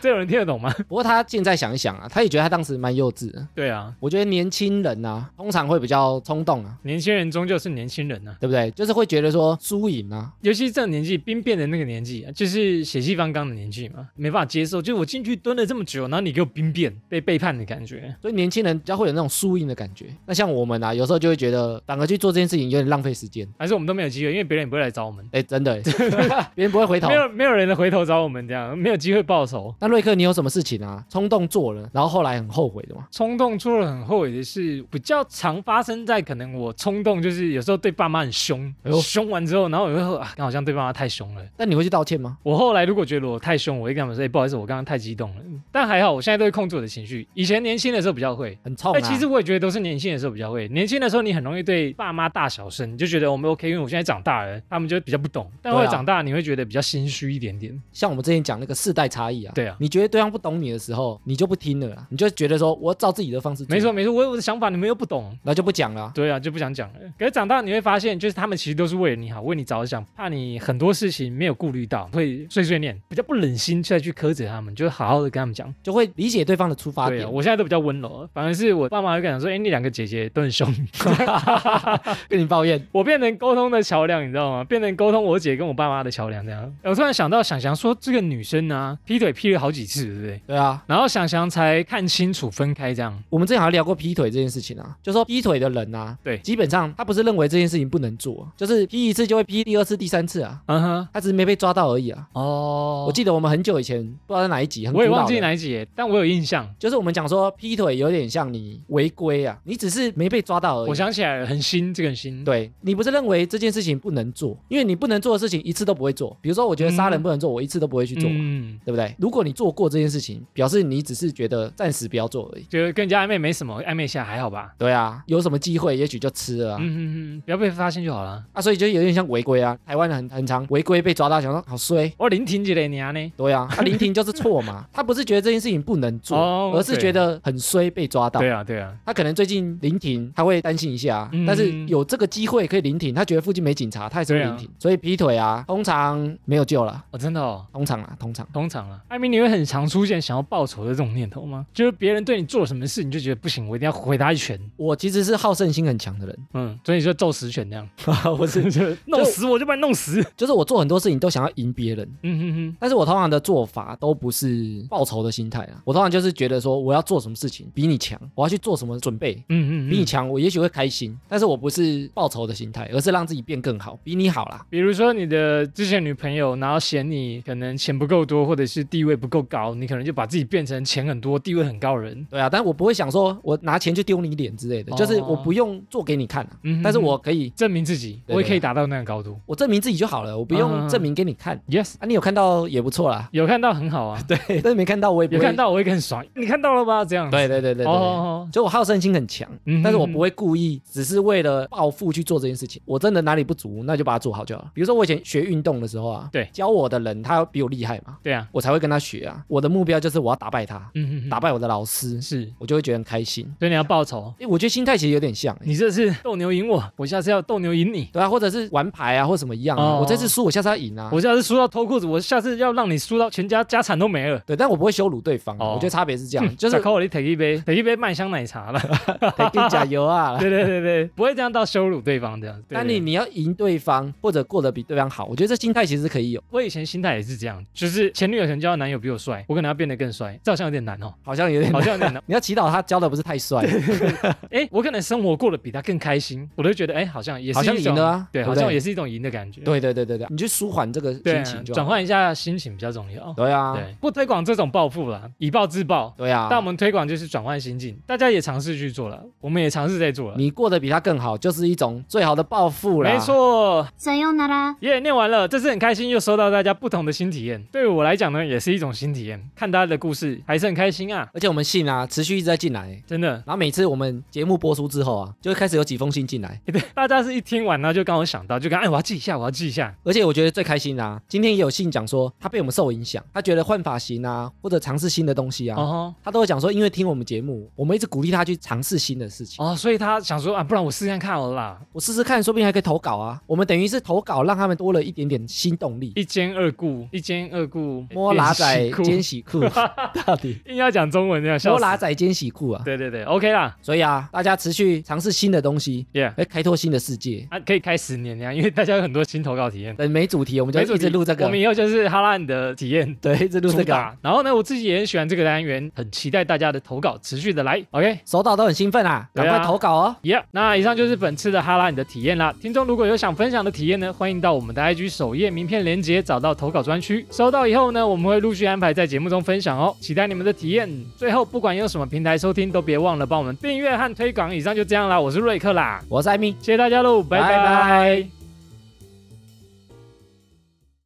Speaker 1: 这有人听得懂吗？
Speaker 2: 不过他现在想一想啊，他也觉得他当时蛮幼稚的。
Speaker 1: 对啊，
Speaker 2: 我觉得年轻人啊，通常会比较冲动啊，
Speaker 1: 年轻人终究是年轻人呐、啊，
Speaker 2: 对不对？就是会觉得说输赢啊，
Speaker 1: 尤其是这个年纪，兵变的那个年纪，就是血气方刚的年纪嘛，没办法接受，就是我进去蹲了这么久，然后你给我兵变，被背叛的感觉。
Speaker 2: 所以年轻人比较会有那种输赢的感觉。那像我们啊，有时候就会觉得反而去做这件事情有点浪费时间。
Speaker 1: 还是我们都没有机会，因为别人也不会来找我们，
Speaker 2: 哎， 真的欸，别人不会回头
Speaker 1: 没。有没有人能回头找我们，这样没有机会报仇。
Speaker 2: 那瑞克，你有什么事情啊？冲动做了，然后后来很后悔的吗？
Speaker 1: 冲动做了很后悔的事，比较常发生在可能我冲动就是有时候对爸妈很凶，
Speaker 2: 哎呦
Speaker 1: 凶完之后，然后我就会啊，好像对爸妈太凶了。
Speaker 2: 但你会去道歉吗？
Speaker 1: 我后来如果觉得我太凶，我会跟他们说，哎、不好意思，我刚刚太激动了。但还好，我现在都会控制我的情绪。以前年轻的时候比较会。
Speaker 2: 很冲
Speaker 1: 哎、
Speaker 2: 啊。
Speaker 1: 其实我也觉得都是年轻的时候比较会。年轻的时候你很容易对爸妈大小声，你就觉得我们 OK，因为我现在长大了，他们就比较不懂。但后来
Speaker 2: 对啊
Speaker 1: 长大，你会觉得比较心虚一点点。
Speaker 2: 像我们之前讲那个世代差异啊，
Speaker 1: 对啊
Speaker 2: 你觉得对方不懂你的时候，你就不听了啦，啊你就觉得说我照自己的方式做，
Speaker 1: 没错，没错，我有我的想法，你们又不懂。
Speaker 2: 然后就不讲了啊、
Speaker 1: 对啊，就不想讲了。可是长大你会发现，就是他们其实都是为了你好，为你着想，怕你很多事情没有顾虑到，会碎碎念，比较不忍心再去苛责他们，就是好好的跟他们讲。
Speaker 2: 就会理解对方的出发
Speaker 1: 对
Speaker 2: 点
Speaker 1: 啊，。我现在都比较温柔了，反而是我爸妈会跟我讲说，哎、你两个姐姐都很凶，
Speaker 2: 跟你抱怨，
Speaker 1: 我变成沟通的桥梁，你知道吗？变成沟通我姐跟我爸妈的桥梁这样。我突然想到，想想说这个女生啊，劈腿劈了好几次，对不对？
Speaker 2: 对啊，
Speaker 1: 然后想想才看清楚分开这样。
Speaker 2: 我们之前好像聊过劈腿这件事情啊，就说劈腿的人啊，
Speaker 1: 对
Speaker 2: 基本上他不是认为这件事情不能做啊，就是劈一次就会劈第二次、第三次啊，
Speaker 1: 嗯哼，
Speaker 2: 他只是没被抓到而已啊。
Speaker 1: 哦
Speaker 2: 我记得我们很久以前不知道在哪一集，很
Speaker 1: 我也
Speaker 2: 古老
Speaker 1: 忘记
Speaker 2: 的
Speaker 1: 哪一集，但我有印象。
Speaker 2: 就是我们讲说劈腿有点像你违规啊，你只是没被抓到而已。
Speaker 1: 我想起来了，很新，这个很新。
Speaker 2: 对你不是认为这件事情不能做，因为你不能做的事情一次都不会做。比如说，我觉得杀人不能做，我一次都不会去做，
Speaker 1: 嗯，
Speaker 2: 对不对？如果你做过这件事情，表示你只是觉得暂时不要做而已。
Speaker 1: 觉得更人家暧昧没什么，暧昧一下还好吧。
Speaker 2: 对啊，有什么机会也许就吃了啊。
Speaker 1: 嗯嗯嗯嗯，不要被发现就好了。
Speaker 2: 啊，所以就有点像违规啊，台湾很很常违规被抓到，想说好衰，
Speaker 1: 我林婷姐的你啊呢？
Speaker 2: 对啊，他、啊、林婷就是错嘛，他不是觉得这件事情不能 做，
Speaker 1: 哦
Speaker 2: 而是
Speaker 1: 对
Speaker 2: 觉得很衰被抓到。
Speaker 1: 对啊对啊，
Speaker 2: 他可能最近临停，他会担心一下啊，
Speaker 1: 嗯
Speaker 2: 但是有这个机会可以临停，他觉得附近没警察，他还是会临停，所以劈腿啊，通常没有救了，
Speaker 1: 哦真的哦。
Speaker 2: 通常啊，通常。
Speaker 1: 通常啊，艾米，你会很常出现想要报仇的这种念头吗？就是别人对你做什么事，你就觉得不行，我一定要回他一拳，
Speaker 2: 我其实是好胜心很强的人，
Speaker 1: 嗯，所以你就揍十拳那 样，
Speaker 2: 我是
Speaker 1: 就是弄死我就把你弄死。
Speaker 2: 就是我做很多事情都想要赢别人，
Speaker 1: 嗯哼哼，
Speaker 2: 但是我通常的做法都不是报仇的心态啊，我通常就是觉得说我要做什么事情比你强，我要去做什么准备。
Speaker 1: 嗯嗯嗯，
Speaker 2: 比你强，我也许会开心，但是我不是报仇的心态，而是让自己变更好，比你好啦。
Speaker 1: 比如说你的之前女朋友，然后嫌你可能钱不够多，或者是地位不够高，你可能就把自己变成钱很多、地位很高的人。
Speaker 2: 对啊，但我不会想说我拿钱去丢你脸之类的，
Speaker 1: 哦
Speaker 2: 就是我不用做给你看啊，
Speaker 1: 嗯哼
Speaker 2: 但是我可以，
Speaker 1: 证明自己，
Speaker 2: 对
Speaker 1: 我也可以达到那个高度。
Speaker 2: 我证明自己就好了，我不
Speaker 1: 嗯嗯嗯
Speaker 2: 用证明给你看、
Speaker 1: Yes，
Speaker 2: 啊。你有看到也不错啦，
Speaker 1: 有看到很好啊， 对，
Speaker 2: 但是没看到我也不
Speaker 1: 有
Speaker 2: 会
Speaker 1: 看。到我会很爽。你看到了吧？这样子
Speaker 2: 对对对对对，
Speaker 1: 哦哦，哦
Speaker 2: 就我好胜心很强，
Speaker 1: 嗯
Speaker 2: 但是我不会故意，只是为了报复去做这件事情。我真的哪里不足，那就把它做好就好了。比如说我以前学运动的时候啊，
Speaker 1: 对
Speaker 2: 教我的人他比我厉害嘛，
Speaker 1: 对啊，
Speaker 2: 我才会跟他学啊。我的目标就是我要打败他，
Speaker 1: 嗯嗯，
Speaker 2: 打
Speaker 1: 打
Speaker 2: 败我的老师，
Speaker 1: 是，
Speaker 2: 我就会觉得很开心。
Speaker 1: 所以你要报仇，
Speaker 2: 哎，我觉得心态其实有点像、欸
Speaker 1: 你这次斗牛赢我，我下次要斗牛赢你。
Speaker 2: 对啊，或者是玩牌啊，或什么一样啊。
Speaker 1: 哦
Speaker 2: 我这次输，我下次要赢啊。
Speaker 1: 我下次输到脱裤子，我下次要让你输到全家家产都没了。
Speaker 2: 对，但我不会羞辱对方啊、
Speaker 1: 哦
Speaker 2: 我觉得差别是 这样，就是
Speaker 1: 小扣我你 take 一杯，take 一杯麦香奶茶 了。
Speaker 2: 得给 加油啊。
Speaker 1: 对对对对，不会这样到羞辱对方这样。对
Speaker 2: 但
Speaker 1: 对
Speaker 2: 你你要赢对方，或者过得比对方好，我觉得这心态其实可以有，
Speaker 1: 我以前心态也是这样，就是前女友可能交的男友比我帅，我可能要变得更帅，这好像有点难哦，
Speaker 2: 好像有点。
Speaker 1: 好。像有点难
Speaker 2: 你要祈祷他教的不是太帅，
Speaker 1: 哎，我可能生活过得比他更开心，我都觉得哎，好像也是
Speaker 2: 好像
Speaker 1: 一种
Speaker 2: 赢了啊
Speaker 1: 对，
Speaker 2: 对不
Speaker 1: 好
Speaker 2: 对
Speaker 1: 像也是一种赢的感觉。
Speaker 2: 对对对对对，你去舒缓这个
Speaker 1: 对
Speaker 2: 心
Speaker 1: 啊，
Speaker 2: 情就
Speaker 1: 转
Speaker 2: 好。
Speaker 1: 换一下心情比较重要。
Speaker 2: 对啊，
Speaker 1: 对，不推广这种报复啦，以暴制暴。
Speaker 2: 对啊
Speaker 1: 但，我们推广就是转换心境，大家也尝试去做了，我们也尝试在做了。
Speaker 2: 你过得比他更好，就是一种最好的报复啦。
Speaker 1: 没，错，
Speaker 3: さようなら。
Speaker 1: 耶、念完了，这次很开心，又收到大家不同的新体验。对我来讲呢，也是一种新体验，看大家的故事还是很开心啊，
Speaker 2: 而且我们信啊，持续一直在进来。
Speaker 1: 真的。
Speaker 2: 然后每次我们节目播出之后啊，就会开始有几封信进来，
Speaker 1: 欸对，大家是一听完呢就刚好想到，就刚哎，我要记一下，我要记一下。
Speaker 2: 而且我觉得最开心的啊，今天也有信讲说他被我们受影响，他觉得换发型啊，或者尝试新的东西啊，
Speaker 1: 哦
Speaker 2: 他都会讲说，因为听我们节目，我们一直鼓励他去尝试新的事情。
Speaker 1: 哦，所以他想说啊，不然我试试看看好了啦，
Speaker 2: 我试试看，说不定还可以投稿啊。我们等于是投稿，让他们多了一点点新 动力。
Speaker 1: 一兼二顾，一兼二顾，
Speaker 2: 摸喇仔
Speaker 1: 兼
Speaker 2: 兼
Speaker 1: 喜
Speaker 2: 喜裤， 到底
Speaker 1: 硬要讲中文这样，笑
Speaker 2: 摸
Speaker 1: 死
Speaker 2: 喇。仔兼喜裤啊！
Speaker 1: 对对对，OK 啦
Speaker 2: 所以啊，大家持续尝试新的东西，
Speaker 1: ，Yeah，
Speaker 2: 来开拓新的世界。
Speaker 1: 啊，可以开十年这样，因为大家有很多新投稿体验。
Speaker 2: 等没主题，我们就
Speaker 1: 没主
Speaker 2: 一直
Speaker 1: 题
Speaker 2: 录这
Speaker 1: 我们
Speaker 2: 个，
Speaker 1: 以后就是哈兰的体验。
Speaker 2: 对，一直录这
Speaker 1: 主
Speaker 2: 个
Speaker 1: 打
Speaker 2: 啊，
Speaker 1: 然后呢，我自己也很喜欢这个单元，很期待大家的投稿持续的来，OK。
Speaker 2: 收到都很兴奋啊，
Speaker 1: 对啊
Speaker 2: 赶快投稿哦。
Speaker 1: Yeah，那以上就是本次的哈拉你的体验啦。听众如果有想分享的体验呢，欢迎到我们的 IG 首页名片连接找到投稿专区，收到以后呢，我们会陆续安排在节目中分享哦，期待你们的体验。最后，不管用什么平台收听，都别忘了帮我们订阅和推广。以上就这样啦，我是瑞克啦，
Speaker 2: 我是艾米，
Speaker 1: 谢谢大家喽，拜
Speaker 2: 拜
Speaker 1: 拜
Speaker 2: 拜